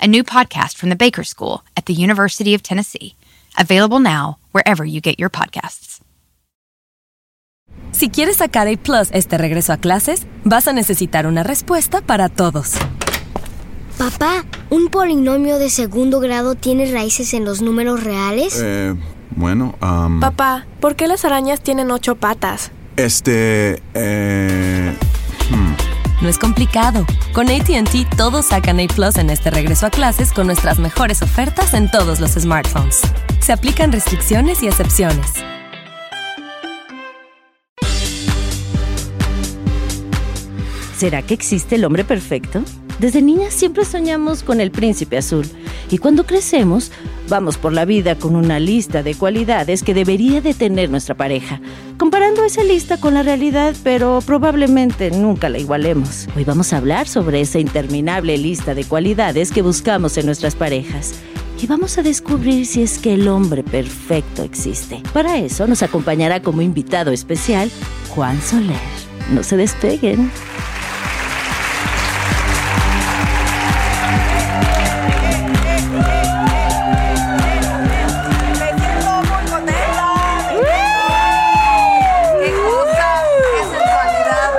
a new podcast from the Baker School at the University of Tennessee, available now wherever you get your podcasts. Si quieres sacar A Plus este regreso a clases, vas a necesitar una respuesta para todos. Papá, ¿un polinomio de segundo grado tiene raíces en los números reales? Eh, bueno, am, Papá, ¿por qué las arañas tienen ocho patas? este, eh, No es complicado. Con ATT todos sacan A Plus en este regreso a clases con nuestras mejores ofertas en todos los smartphones. Se aplican restricciones y excepciones. ¿Será que existe el hombre perfecto? Desde niñas siempre soñamos con el príncipe azul y cuando crecemos vamos por la vida con una lista de cualidades que debería de tener nuestra pareja, comparando esa lista con la realidad pero probablemente nunca la igualemos. Hoy vamos a hablar sobre esa interminable lista de cualidades que buscamos en nuestras parejas. Y vamos a descubrir si es que el hombre perfecto existe. Para eso nos acompañará como invitado especial Juan Soler. No se despeguen. ¡Qué cosa! ¡Qué sensualidad!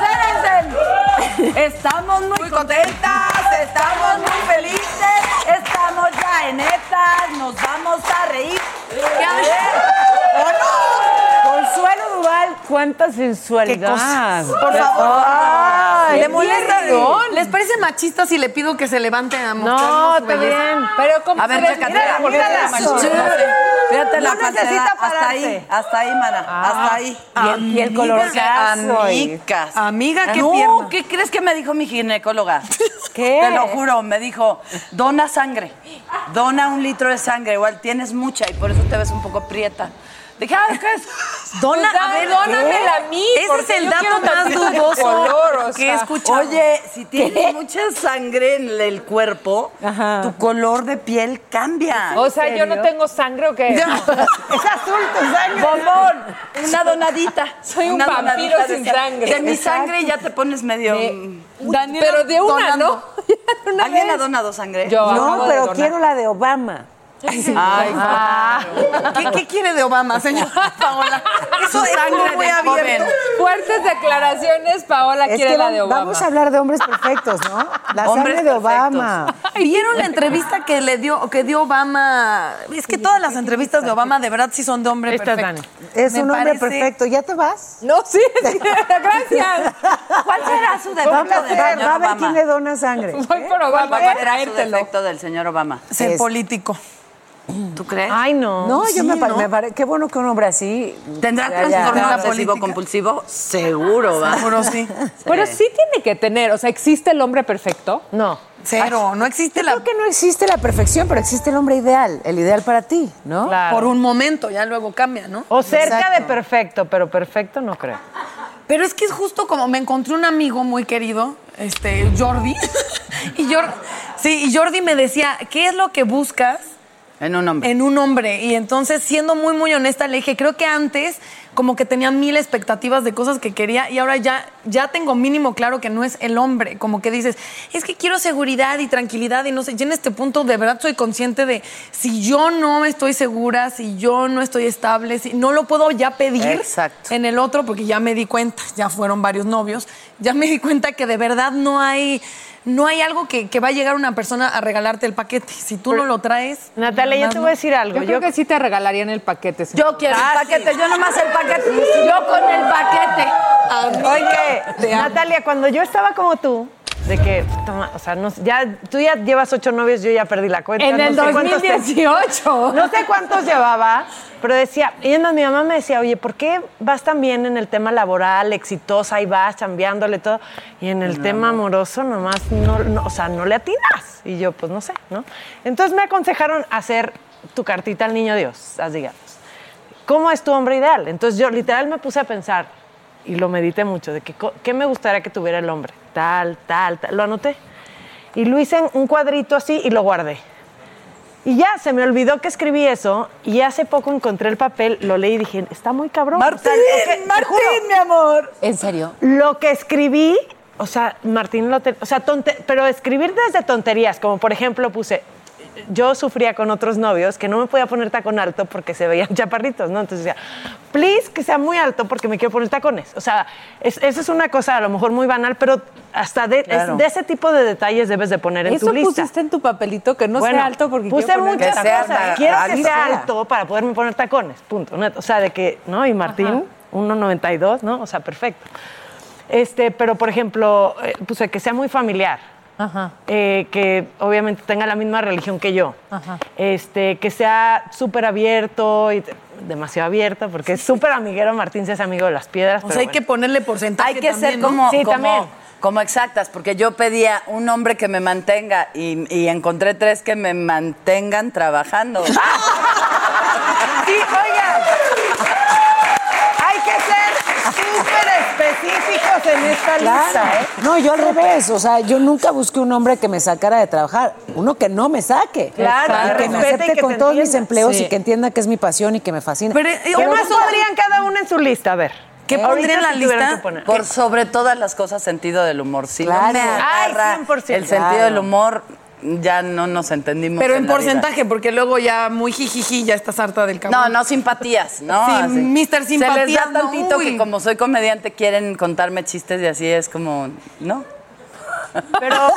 ¡Cerecen! Estamos muy, contentas, estamos muy felices, estamos ya en estas, nos vamos a reír. ¿Eh? ¿O no? Consuelo Duval, cuánta sensualidad. Por favor. Ay, ¿Le qué molesta? perdón. ¿Les parece machista si le pido que se levante a No, mostrar está belleza? bien. Pero como A ver, chécate. mírala, mírala. Fíjate la No necesita hasta ahí. pararse. Hasta ahí, mana. Hasta ahí. Y el- y el colorazo, y- Amicas. Amiga, qué no, pierna. ¿qué crees que me dijo mi ginecóloga? ¿Qué? Te lo juro, me dijo, dona sangre, dona un litro de sangre, igual tienes mucha y por eso te ves un poco prieta. Dije, ah, ¿qué es? Pues, Dona- a ver, dónamela a mí, Ese es porque el yo dato quiero más cambiar de dudoso color, o que he sea. escuchado. Oye, si tienes mucha sangre en el cuerpo, Ajá. tu color de piel cambia. O sea, yo no tengo sangre o qué. Es azul tu sangre. Bombón. Una donadita. Soy un Una vampiro donadita de sin esa- sangre. De mi sangre ya te pones medio. mm, pero de una, ¿no? ¿Alguien ha donado sangre? Yo acabo de donar. Ah. la de Obama. Ay, ¿Qué, qué quiere de Obama, señora Paola? Eso es sangre muy de abierto. joven. Fuertes declaraciones, Paola quiere la de Obama. a hablar de hombres perfectos, ¿no? La Hombres sangre de Obama. perfectos. ¿Vieron la entrevista que le dio, que dio Obama? Es que todas las entrevistas de Obama de verdad sí son de hombre Estas perfecto. Es Me un hombre parece- perfecto. ¿Ya te vas? No, sí, sí, gracias. ¿Cuál será su Va a defecto del ver, señor va a ver quién le Obama? dona sangre. Voy por Obama ¿Cuál será para su traértelo. defecto del señor Obama? Ser Es- político. ¿Tú crees? Ay, no. No, Sí, yo me, pa- ¿no? me pare- Qué bueno que un hombre así. ¿Tendrá Ya, ya. trastorno ¿Tendrá obsesivo política? compulsivo? Seguro, va. Seguro sí. Pero sí tiene que tener, o sea, ¿existe el hombre perfecto? No. Cero. No existe la. Creo que no existe la perfección, pero existe el hombre ideal, el ideal para ti, ¿no? Por un momento, ya luego cambia, ¿no? O cerca de perfecto, pero perfecto no creo. Pero es que es justo como me encontré un amigo muy querido, este Jordi, y Jordi, sí, y Jordi me decía, ¿qué es lo que buscas En un hombre. en un hombre? Y entonces, siendo muy, muy honesta, le dije, creo que antes como que tenía mil expectativas de cosas que quería y ahora ya, ya tengo mínimo claro que no es el hombre. Como que dices, es que quiero seguridad y tranquilidad y no sé, yo en este punto de verdad soy consciente de si yo no estoy segura, si yo no estoy estable, si no lo puedo ya pedir Exacto. en el otro, porque ya me di cuenta, ya fueron varios novios, ya me di cuenta que de verdad no hay... no hay algo que, que va a llegar una persona a regalarte el paquete. Si tú no lo traes. Pues, Natalia, yo Ah, te voy a decir algo. Yo, creo que sí te regalarían el paquete. Yo quiero el paquete, yo nomás el paquete. Yo con el paquete. Oye, Natalia, cuando yo estaba como tú, de que, toma, o sea, no, sé, ya, tú ya llevas ocho novios, yo ya perdí la cuenta. En no el sé cuántos te- 2018. no sé cuántos llevaba, pero decía, y además mi mamá me decía, oye, ¿por qué vas tan bien en el tema laboral, exitosa, y vas chambeándole todo? Y en el tema amoroso nomás, no, no, o sea, no le atinas. Y yo, pues no sé, ¿no? Entonces me aconsejaron hacer tu cartita al niño Dios, así digamos. ¿cómo es tu hombre ideal? Entonces yo literal me puse a pensar y lo medité mucho, de que, co- qué me gustaría que tuviera el hombre, tal, tal, tal, lo anoté. Y lo hice en un cuadrito así y lo guardé. Y ya se me olvidó que escribí eso y hace poco encontré el papel, lo leí y dije, está muy cabrón. Martín, Martín, mi amor. ¿En serio? Lo que escribí, o sea, Martín lo... te- o sea, tonte- pero escribir desde tonterías, como por ejemplo puse, yo sufría con otros novios que no me podía poner tacón alto porque se veían chaparritos, ¿no? Entonces decía, please que sea muy alto porque me quiero poner tacones. O sea, es- eso es una cosa a lo mejor muy banal, pero hasta de, es- Claro. de ese tipo de detalles debes de poner en Eso tu lista. pusiste en tu papelito que no Bueno, sea alto porque puse quiero poner- muchas cosas. Quiero que sea alto para poderme poner tacones, punto. Una- O sea, de que, ¿no? Y Martín, 1.92, ¿no? O sea, perfecto. Este, pero por ejemplo, eh, puse que sea muy familiar, Ajá. eh, que obviamente tenga la misma religión que yo, Ajá. este, que sea súper abierto y te- demasiado abierto, porque es súper amiguero Martín, si es amigo de las piedras. O sea, pues, hay que ponerle porcentaje. Hay que ser también, ¿no? como, Sí, como- también. como exactas, porque yo pedía un hombre que me mantenga y, y encontré tres que me mantengan trabajando. Sí, oigan. Hay que ser súper específicos en esta lista, ¿eh? No, yo al revés. O sea, yo nunca busqué un hombre que me sacara de trabajar. Uno que no me saque. Claro, Y que respete me y acepte que con te todos mis entienda. empleos Sí. y que entienda que es mi pasión y que me fascina. ¿Qué más pondrían cada uno en su lista? A ver. ¿Qué Ahorita pondría en la si tuvieran lista? que poner. Por sobre todas las cosas, sentido del humor. Si no Claro. me Ay, agarra 100%. el sentido Claro. del humor, ya no nos entendimos. Pero en la vida. porcentaje, porque luego ya muy jijiji, ya estás harta del cabrón. No, no simpatías, ¿no? Sí, Así. Mr. Se les Simpatía, da tantito no, uy. que como soy comediante quieren contarme chistes y así es como, ¿no? Pero, oye,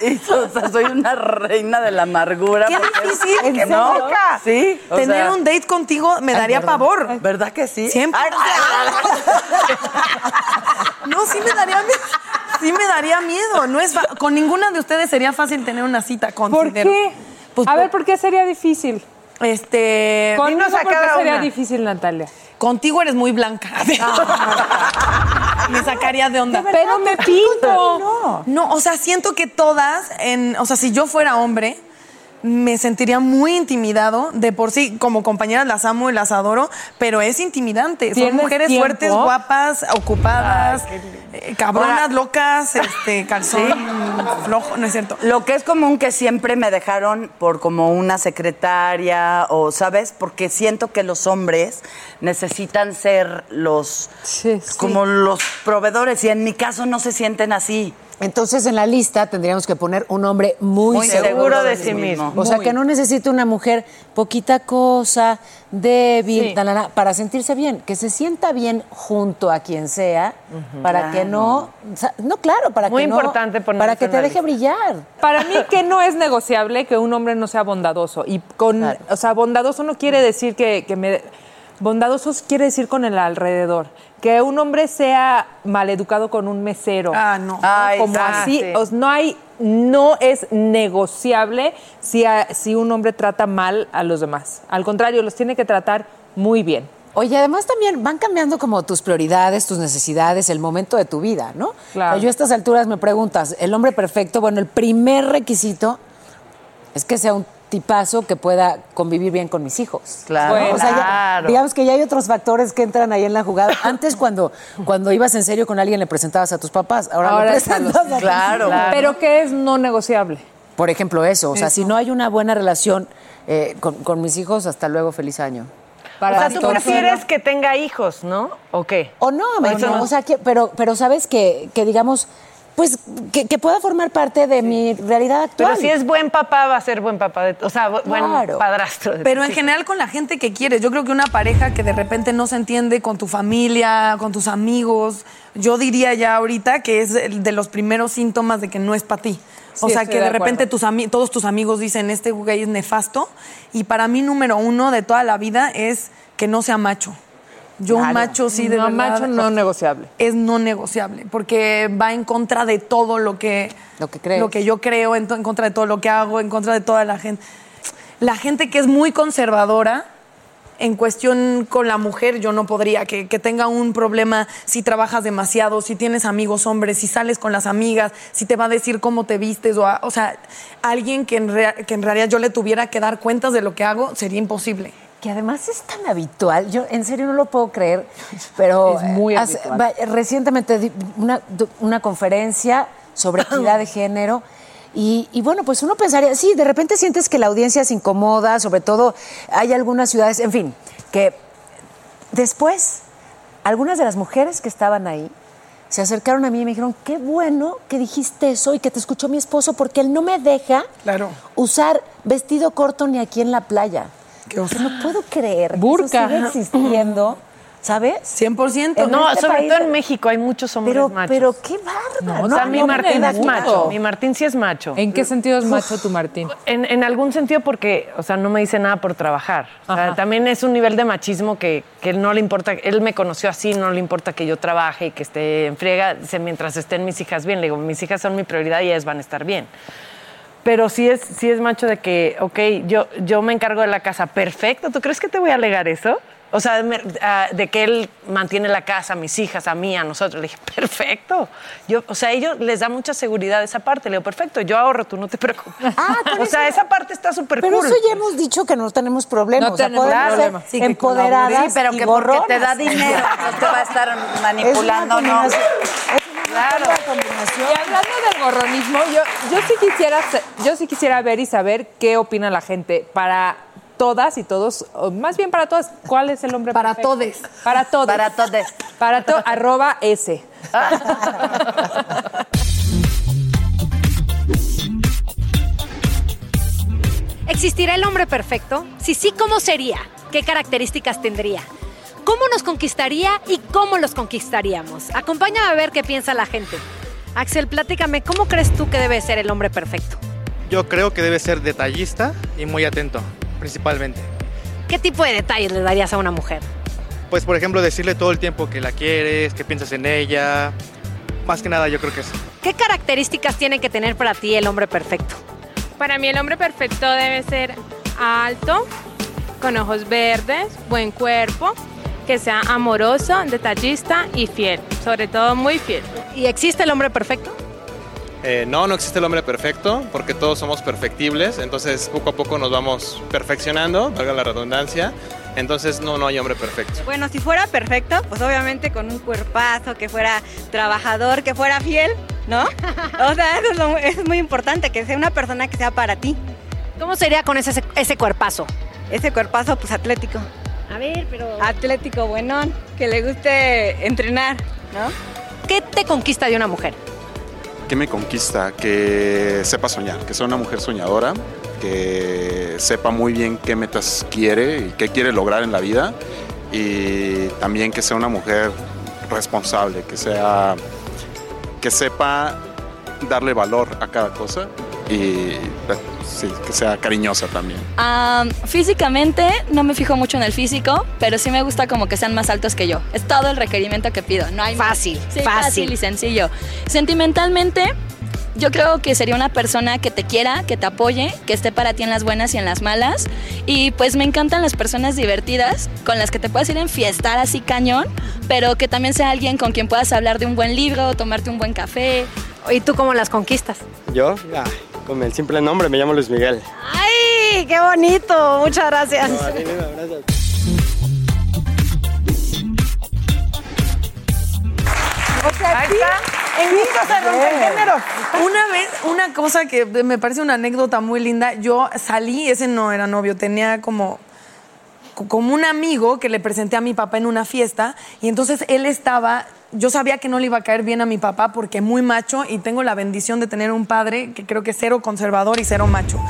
y, y, o sea, soy una reina de la amargura. Qué porque- difícil, ¿En qué serio? poca. Sí. o Tener sea- un date contigo me Ay, daría perdón. pavor. ¿Verdad que sí? Siempre. Ah, no, sí me daría miedo. Sí me daría miedo. No es fa- con ninguna de ustedes sería fácil tener una cita con Pues ¿Por qué? A ver, ¿por qué sería difícil? Este. Conmigo, dinos a ¿por qué cada sería una. difícil, Natalia? Contigo eres muy blanca. me sacaría Ah. de onda. Pero me pinto. No. o sea, siento que todas, en, o sea, si yo fuera hombre, me sentiría muy intimidado. De por sí, como compañeras las amo y las adoro, pero es intimidante. Son ¿Tienes mujeres tiempo? fuertes, guapas, ocupadas, eh, cabronas, Ahora- locas, este, calzón flojo, no es cierto. Lo que es común que siempre me dejaron por como una secretaria o, ¿sabes? Porque siento que los hombres necesitan ser los, como los proveedores y en mi caso no se sienten así. Entonces en la lista tendríamos que poner un hombre muy, Muy seguro de sí mismo. O sea, Muy. que no necesite una mujer poquita cosa, débil, Sí. tanana, para sentirse bien, que se sienta bien junto a quien sea, para que Claro. no, o sea, no claro, para Muy que no- importante ponerlo para que en te la lista. deje brillar. Para mí que no es negociable que un hombre no sea bondadoso. Y con, o sea, bondadoso no quiere decir que, que me. Bondadoso quiere decir con el alrededor. Que un hombre sea maleducado con un mesero. Ah, no. Ay, Como ah, así. sí. o sea, no hay. No es negociable si, a- si un hombre trata mal a los demás. Al contrario, los tiene que tratar muy bien. Oye, además también van cambiando como tus prioridades, tus necesidades, el momento de tu vida, ¿no? Claro. O sea, yo a estas alturas me preguntas, el hombre perfecto, bueno, el primer requisito es que sea un tipazo que pueda convivir bien con mis hijos. Claro. ¿no? O sea, ya- Claro. digamos que ya hay otros factores que entran ahí en la jugada. Antes cuando, cuando ibas en serio con alguien le presentabas a tus papás, ahora, le Ahora es a los- presentas a tus hijos. Pero ¿qué es no negociable? Por ejemplo, eso, o sea, si no hay una buena relación eh, con, con mis hijos, hasta luego, feliz año. o sea, tú prefieres que tenga hijos, ¿no? ¿O qué? O no, me- Eso no, no. o sea, que- pero, pero sabes que, que digamos pues que, que pueda formar parte de mi realidad actual. Pero si es buen papá, va a ser buen papá. de- o sea, bu- buen Claro. padrastro. de Pero tus en hijos. general con la gente que quieres. Yo creo que una pareja que de repente no se entiende con tu familia, con tus amigos, yo diría ya ahorita que es el de los primeros síntomas de que no es para ti. O Sí, sea, estoy que de de, repente acuerdo. tus ami- todos tus amigos dicen, este güey es nefasto. Y para mí, número uno de toda la vida es que no sea macho. Yo un Claro. macho sí de No, verdad, macho no negociable. Es no negociable, porque va en contra de todo lo que, lo que, crees. lo que yo creo, en, to- en contra de todo lo que hago, en contra de toda la gente. La gente que es muy conservadora, en cuestión con la mujer, yo no podría, que, que tenga un problema si trabajas demasiado, si tienes amigos hombres, si sales con las amigas, si te va a decir cómo te vistes, o, a- o sea, alguien que en, rea- que en realidad yo le tuviera que dar cuentas de lo que hago sería imposible. Que además es tan habitual, yo en serio no lo puedo creer, pero Es muy eh, hace- habitual. va- recientemente di una, du- una conferencia sobre equidad de género y, y bueno, pues uno pensaría, sí, de repente sientes que la audiencia se incomoda, sobre todo hay algunas ciudades, en fin, que después algunas de las mujeres que estaban ahí se acercaron a mí y me dijeron, qué bueno que dijiste eso y que te escuchó mi esposo porque él no me deja Claro. usar vestido corto ni aquí en la playa. Que No puedo creer. Burka. Que eso sigue existiendo, ¿sabes? 100%. No, sobre todo en México hay muchos hombres Pero- machos. pero qué bárbaro. o sea, no, mi no, Martín en el es mundo. macho. Mi Martín sí es macho. ¿En qué sentido es macho tu Martín? En, en algún sentido porque, o sea, no me dice nada por trabajar. O sea, Ajá. también es un nivel de machismo que, que no le importa. Él me conoció así, no le importa que yo trabaje y que esté en friega. Dice, mientras estén mis hijas bien, le digo, mis hijas son mi prioridad y ellas van a estar bien. Pero sí es, sí es macho de que, ok, yo, yo me encargo de la casa. Perfecto, ¿tú crees que te voy a alegar eso? O sea, me- ah, de que él mantiene la casa, a mis hijas, a mí, a nosotros. Le dije, perfecto. Yo, o sea, a ellos les da mucha seguridad esa parte. Le digo, perfecto, yo ahorro, tú no te preocupes. o sea, esa parte está súper Pero cool. eso ya hemos dicho que no tenemos problemas. No o sea, tenemos podemos ser problema. Sí, que con la empoderadas audiencia. Sí, pero y que porque te da gorronas. dinero, no te va a estar manipulando, Es una ¿no? combinación. Claro. Y hablando del gorronismo, yo, yo, sí quisiera, sa- yo sí quisiera ver y saber qué opina la gente para todas y todos, o más bien para todas, ¿cuál es el hombre Para todos. Para todos. Para todos. Para to, arroba S. ¿Existirá el hombre perfecto? Si sí, ¿cómo sería? ¿Qué características tendría? ¿Cómo nos conquistaría y cómo los conquistaríamos? Acompáñame a ver qué piensa la gente. Axel, platícame, ¿cómo crees tú que debe ser el hombre perfecto? Yo creo que debe ser detallista y muy atento, principalmente. ¿Qué tipo de detalles le darías a una mujer? Pues, por ejemplo, decirle todo el tiempo que la quieres, que piensas en ella. Más que nada, yo creo que eso. ¿Qué características tiene que tener para ti el hombre perfecto? Para mí el hombre perfecto debe ser alto, con ojos verdes, buen cuerpo, que sea amoroso, detallista y fiel, sobre todo muy fiel. ¿Y existe el hombre perfecto? Eh, no, no existe el hombre perfecto, porque todos somos perfectibles, entonces poco a poco nos vamos perfeccionando, valga la redundancia, entonces no, no hay hombre perfecto. Bueno, si fuera perfecto, pues obviamente con un cuerpazo, que fuera trabajador, que fuera fiel, ¿no? O sea, eso es, lo- eso es muy importante, que sea una persona que sea para ti. ¿Cómo sería con ese, ese cuerpazo? Ese cuerpazo, pues atlético. A ver, pero... Atlético, buenón, que le guste entrenar, ¿no? ¿Qué te conquista de una mujer? ¿Qué me conquista? Que sepa soñar, que sea una mujer soñadora, que sepa muy bien qué metas quiere y qué quiere lograr en la vida y también que sea una mujer responsable, que sea que sepa darle valor a cada cosa y pues, sí, que sea cariñosa también. Ah, físicamente no me fijo mucho en el físico, pero sí me gusta como que sean más altos que yo. Es todo el requerimiento que pido. No hay fácil, fácil. fácil y sencillo. Sentimentalmente, yo creo que sería una persona que te quiera, que te apoye, que esté para ti en las buenas y en las malas. Y pues me encantan las personas divertidas, con las que te puedas ir a enfiestar así cañón, pero que también sea alguien con quien puedas hablar de un buen libro, tomarte un buen café. ¿Y tú cómo las conquistas? Yo, Ah, con el simple nombre, me llamo Luis Miguel. ¡Ay, qué bonito! Muchas gracias. Ahí está. En México se rompen géneros. Una vez, una cosa que me parece una anécdota muy linda, yo salí, ese no era novio, tenía como co- como un amigo que le presenté a mi papá en una fiesta y entonces él estaba yo sabía que no le iba a caer bien a mi papá porque muy macho y tengo la bendición de tener un padre que creo que es cero conservador y cero macho.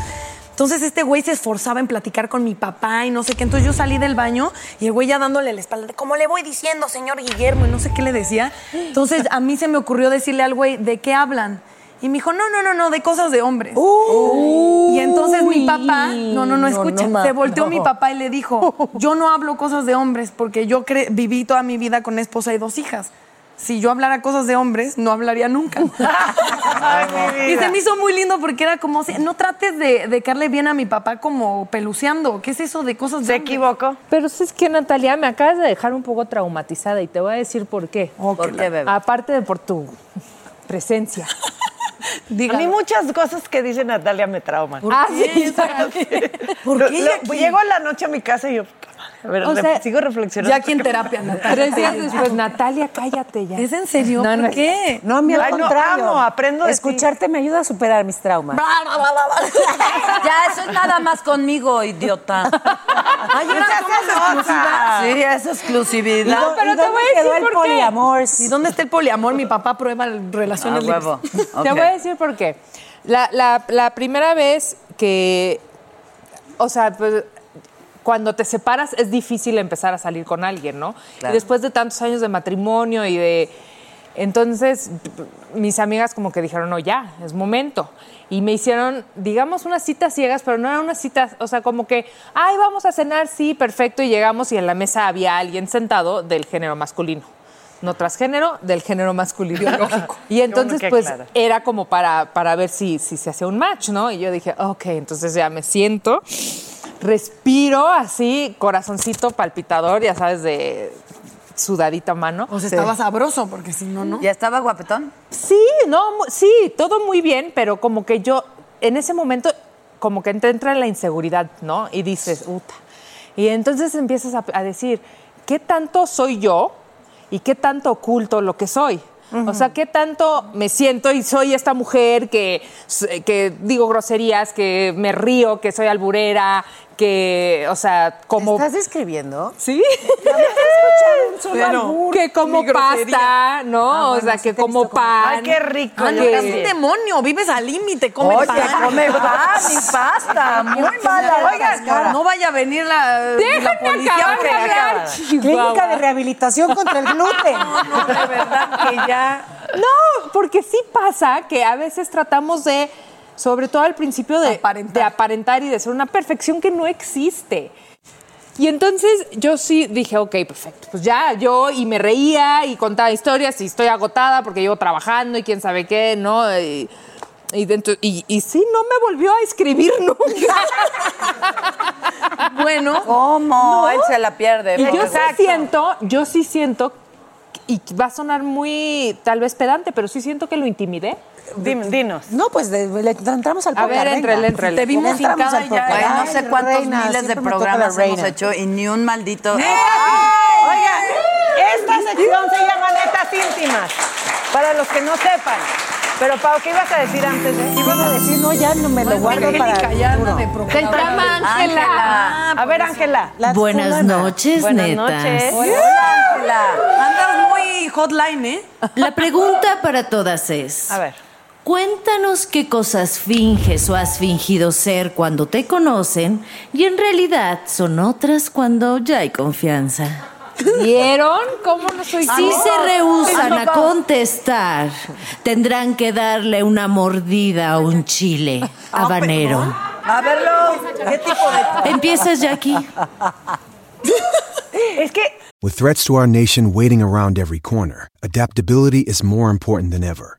Entonces este güey se esforzaba en platicar con mi papá y no sé qué. Entonces yo salí del baño y el güey ya dándole la espalda, de, como le voy diciendo, señor Guillermo, y no sé qué le decía. Entonces a mí se me ocurrió decirle al güey, ¿de qué hablan? Y me dijo, no, no, no, no, de cosas de hombres. y entonces mi papá, no, no, no, No, escucha, no, ma, se volteó no. mi papá y le dijo, yo no hablo cosas de hombres porque yo cre- viví toda mi vida con una esposa y dos hijas. Si yo hablara cosas de hombres, no hablaría nunca. Y se me hizo muy lindo porque era como, "Sí, no trates de, de caerle bien a mi papá como peluceando. ¿Qué es eso de cosas de Se equivocó. Pero es que Natalia, me acabas de dejar un poco traumatizada y te voy a decir por qué. ¿Por Oh, qué, bebé? Aparte de por tu presencia. A mí muchas cosas que dice Natalia me trauman. Ah, sí, Lo- qué, lo- Jackie? llego a la noche a mi casa y yo, a ver, O re- sea, sigo reflexionando. Jackie en terapia, Natalia. Tres días después, Natalia, cállate ya. ¿Es en serio? No, no ¿Por es- qué? No, a mí al Ay, no, contrario. amo, aprendo de ti. Escucharte me ayuda a superar mis traumas. ya, eso es nada más conmigo, idiota. Ay, Esa ahora somos exclusivas. Sí, es exclusividad. No, pero te voy a decir por qué. ¿Y dónde está el poliamor? Mi papá prueba Ah, relaciones libres. huevo. Te voy a decir por qué. La, la- la primera vez que, o sea, pues, cuando te separas es difícil empezar a salir con alguien, ¿no? Claro. Y después de tantos años de matrimonio y de... Entonces, mis amigas como que dijeron, no, ya, es momento. Y me hicieron, digamos, unas citas ciegas, pero no eran unas citas, o sea, como que, ay, vamos a cenar, sí, perfecto, y llegamos y en la mesa había alguien sentado del género masculino. No transgénero, del género masculino. Y entonces, que pues, aclara. era como para, para ver si, si se hacía un match, ¿no? Y yo dije, ok, entonces ya me siento, respiro así, corazoncito palpitador, ya sabes, de sudadita a mano. O sea, Sí. estaba sabroso, porque si no, no. ¿Ya estaba guapetón? Sí, no, mu- sí, todo muy bien, pero como que yo, en ese momento, como que te entra la inseguridad, ¿no? Y dices, puta. Y entonces empiezas a, a decir, ¿qué tanto soy yo y qué tanto oculto lo que soy? O sea, ¿qué tanto me siento y soy esta mujer que, s- que digo groserías, que me río, que soy alburera, que, o sea, como... ¿Estás describiendo? Sí. que como pasta, ¿no? Ah, o sea, que como pan. Ay, qué rico. Ah, yo que- casi te demonio, vives al límite, come Oye, pan. come pan y pasta, muy mala. Oigan, no vaya a venir la, la policía. porque- Clínica de rehabilitación contra el gluten. que ya. No, porque sí pasa que a veces tratamos de, sobre todo al principio, de de aparentar, y de ser una perfección que no existe. Y entonces yo sí dije, ok, perfecto. Pues ya yo y me reía y contaba historias y estoy agotada porque llevo trabajando y quién sabe qué, ¿no? Y, y, dentro- y- y sí, no me volvió a escribir nunca. bueno. ¿Cómo? Él se la pierde. Y yo pobre sí güey. siento, yo sí siento, y va a sonar muy, tal vez pedante, pero sí siento que lo intimidé. dinos. No, pues de- le entramos al A ver, éntrele, éntrele. Te vimos hincada ya. Güey, no sé cuántos miles de programas hemos hecho y ni un maldito. Oigan, Esta sección se llama Netas Íntimas. Para los que no sepan. Pero, Pau, ¿qué ibas a decir antes eh? de Iban a decir, no, ya no me lo guardo para el futuro. Del drama, Ah, Ángela. A ver, Ángela. Buenas noches, Buenas netas. noches. Hola, Ángela. Andas muy hotline, ¿eh? La pregunta para todas es. A ver. Cuéntanos qué cosas finges o has fingido ser cuando te conocen y en realidad son otras cuando ya hay confianza. ¿Vieron cómo no soy Si yo? se rehusan Ay, a no, contestar, tendrán que darle una mordida a un chile habanero. A verlo. ¿Qué tipo de.? Empiezas, Jackie. Es que With threats to our nation waiting around every corner, adaptability is more important than ever.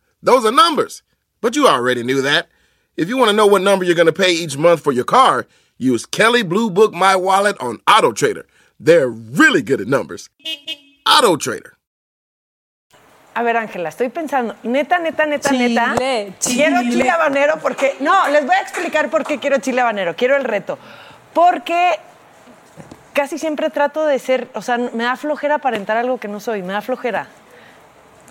Those are numbers. But you already knew that. If you want to know what number you're going to pay each month for your car, use Kelly Blue Book My Wallet on Auto Trader. They're really good at numbers. Auto Trader. A ver, Ángela, estoy pensando, neta, neta, neta, neta. Chile, Quiero chile. chile habanero porque. No, les voy a explicar por qué quiero chile habanero. Quiero el reto. Porque casi siempre trato de ser. O sea, me da flojera aparentar algo que no soy. Me da flojera.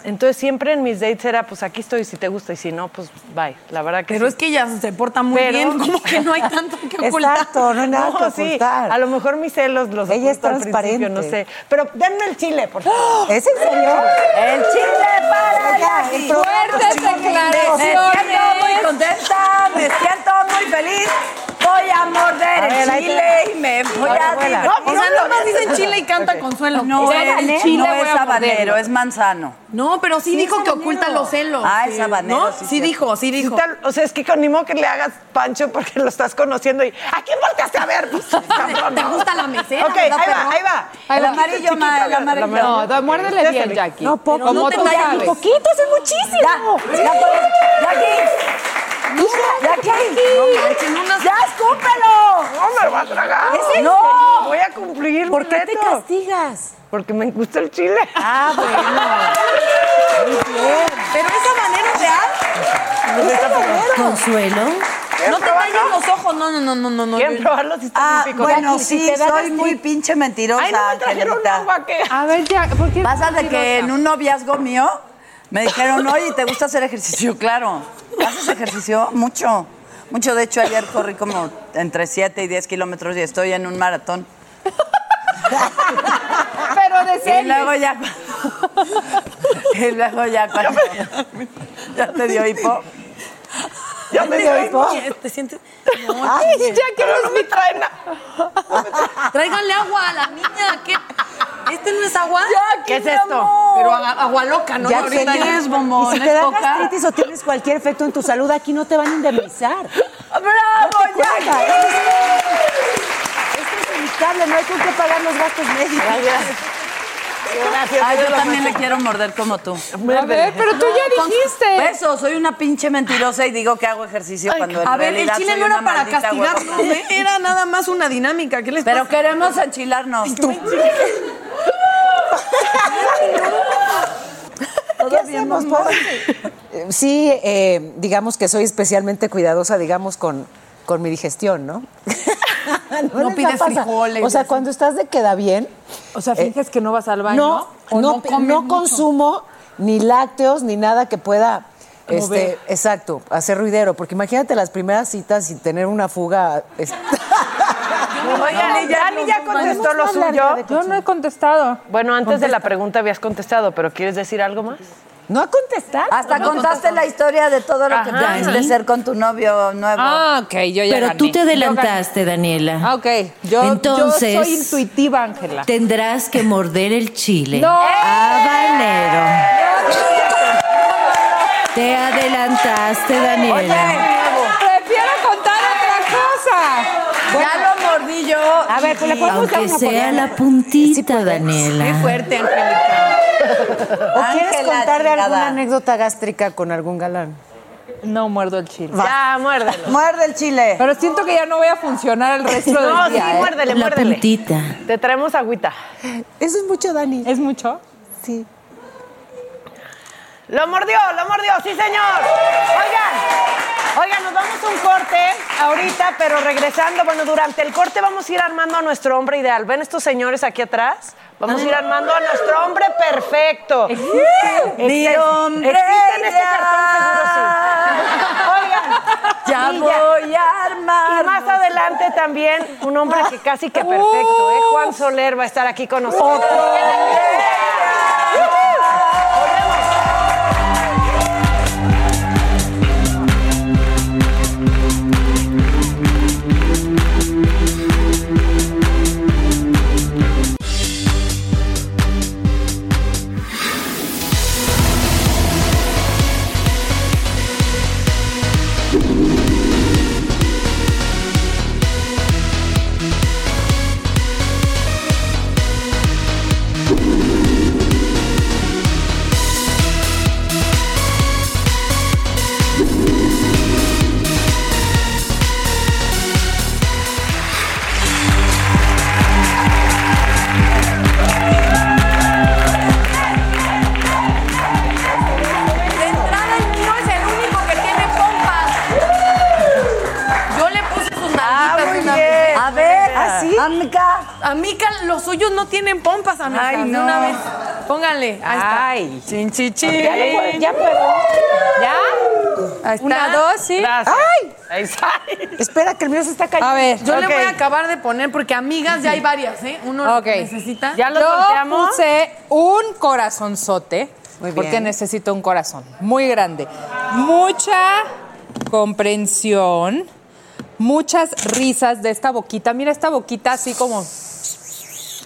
Entonces siempre en mis dates era, pues aquí estoy si te gusta y si no, pues bye. La verdad que Pero sí. es que ya se porta muy Pero- bien, como que no hay tanto que ocultar. Exacto, no hay nada que sí. ocultar. A lo mejor mis celos los Ella es transparente. no sé. Pero denme el chile, por favor. ¿Es en serio? El chile para Oiga, Jackie. el programa Fuertes Chile Habanero. Me siento muy muy contenta, me siento muy feliz. Voy a morder A el ver, ahí te chile va. y me voy Ahora, a abuela. divertir. No, pues, Yo nada lo voy más a dicen hacer. chile y canta Consuelo. No Es es, habanero. chile, No es es habanero, habanero. es manzano. No, pero sí, Sí, dijo es que habanero. oculta los celos. Ah, es habanero, ¿No? sí, Sí, cierto. dijo, sí Sí dijo. tal- o sea, pues, es que con ni modo que le hagas pancho porque lo estás conociendo y ¿a quién volteaste a ver? Pues, cabrón, Te no. gusta la mesera, Ok, ahí ¿verdad, va, perro? ahí va. Ahí El va. amarillo, Chiquito, ma, el chiquito, amarillo. No, da- muérdele Ustedes bien, se- Jackie. No, poco, Como no te tú vayas sabes. Poquito, es muchísimo. Ya, pues, Jackie. Mira, Jackie. Ya, escúpelo. No me lo vas a tragar. ¿Es en no, serio? voy a cumplir. ¿Por mi qué te reto. castigas? Porque me gusta el chile. Ah, bueno. Muy bien. Pero esa manera real. Consuelo. No te vayas los ojos. No, no, no, no, no, no. ¿Quieren yo- probarlo? Sí está Ah, muy picoso. bueno, Jackie, sí, si te dan soy así- muy pinche mentirosa, Ay, no me trajeron Angelita. agua, ¿qué? A ver, ya, ¿por qué? Pasa de que mentirosa? en un noviazgo mío me dijeron, oye, ¿te gusta hacer ejercicio? Claro. ¿Haces ejercicio? Mucho. Mucho. De hecho, ayer corrí como entre 7 y 10 kilómetros y estoy en un maratón. Pero de Y serie. luego ya. Y luego ya cuando. Ya te dio hipo. Ya me dio hipo. ¿Te sientes? Ay, Jackie, no es mi traena. Tráiganle agua a la niña. ¿Qué? ¿Este no es agua? ¿Qué es esto? Pero agua, agua loca, ¿no? Ya Ahorita sé. ya es bombón, Y si es te da coca. gastritis o tienes cualquier efecto en tu salud, aquí no te van a indemnizar. ¡Bravo, Cuenta, Jackie! esto es- esto es evitable, no hay con qué pagar los gastos médicos. Gracias. Ah, Dios yo lo también le bendiga. quiero morder como tú. A ver, pero tú ya dijiste. Eso, soy una pinche mentirosa y digo que hago ejercicio cuando en A ver, el realidad chile soy no era una para maldita castigarnos, huevona. ¿eh? era nada más una dinámica. ¿Qué les Pero pasa? queremos enchilarnos. ¿Qué hacemos, pobre? Eh, Sí, eh, digamos que soy especialmente cuidadosa, digamos, con, con mi digestión, ¿no? No les pides pasa. frijoles, O sea, así. cuando estás de queda bien, eh, O sea, finges que no vas al baño. no, ¿O no, comes no mucho? consumo ni lácteos ni nada que pueda. Este, Mover. exacto, hacer ruidero, porque imagínate las primeras citas sin tener una fuga. es- Oigan, Dani ya contestó lo Vamos a hablar suyo. de- Yo no he contestado. Bueno, antes de la pregunta habías contestado, pero ¿quieres decir algo más? No ha contestado. Hasta contaste la historia de todo lo que tienes de ser con tu novio nuevo. Ah, ok, yo ya Pero gané. tú te Yo gané. adelantaste, Daniela. Ah, ok. Yo, Entonces- yo soy intuitiva, Ángela. Tendrás que morder el chile. Ah, ¡No! Habanero. Te adelantaste, Daniela. Prefiero contar otra cosa. ya lo mordí yo. A ver, pues, le podemos Aunque sea la puntita, Daniela. fuerte, Angélica. ¿O quieres Ángela, contar de alguna chingada. anécdota gástrica con algún galán? No muerdo el chile. Ya, muérdelo. Muerde el chile. Pero siento que ya no voy a funcionar el resto No, del sí, día. ¿eh? muérdele, La muérdele. puntita. Te traemos agüita. Eso es mucho, Dani. ¿Es mucho? Sí. Lo mordió, lo mordió, sí señor. Oigan, oigan, nos vamos a un corte ahorita, pero regresando, bueno, durante el corte vamos a ir armando a nuestro hombre ideal. ¿Ven estos señores aquí atrás? Vamos a ir armando a nuestro hombre perfecto. Existe. Mi hombre Existe en este cartón seguro sí. ideal. Oigan, Ya y voy a Y armar. más adelante también un hombre que casi que perfecto, ¿eh? Juan Soler va a estar aquí con nosotros. Ah, Amica, los suyos no tienen pompas, amica. Ay, de no. Una vez. Pónganle. Ahí está. Ay. Chin, chin, chin. Ya le puedo- ya ¿Ya? Ahí está. Una, dos, sí. Gracias. ¡Ay! Ahí Espera, que el mío se está cayendo. A ver, yo le Ok. voy a acabar de poner porque amigas ya hay varias, ¿eh? Uno Ok. necesita. Yo puse un corazonzote. Porque bien. necesito un corazón muy grande. Mucha comprensión. Muchas risas de esta boquita. Mira esta boquita así como.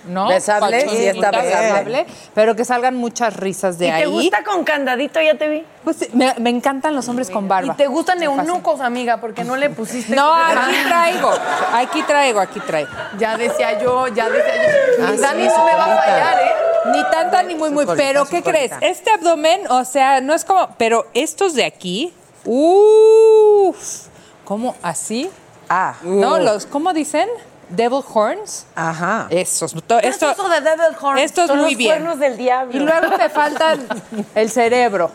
¿No? Besable, sí, está besable. Pero que salgan muchas risas de ¿Y te ahí. gusta con candadito? Ya te vi. Pues sí, me, me encantan los hombres con barba. Y te gustan Me fascinan. eunucos, amiga, porque no le pusiste. No, Ah. aquí traigo. Aquí traigo, aquí traigo. Ya decía yo, ya decía yo. Ah, Dani sí, no me va a suculenta. fallar, ¿eh? Ni tanta ni muy, muy. Suculenta, Pero, ¿qué crees? suculenta. Este abdomen, o sea, no es como. Pero estos de aquí. Uff. ¿Cómo así? Ah. No, Uh. los. ¿Cómo dicen? Devil horns. Ajá. Estos. to- esto, Eso de Devil Horn. esto es Son muy los bien. cuernos del diablo. Y luego te faltan el cerebro.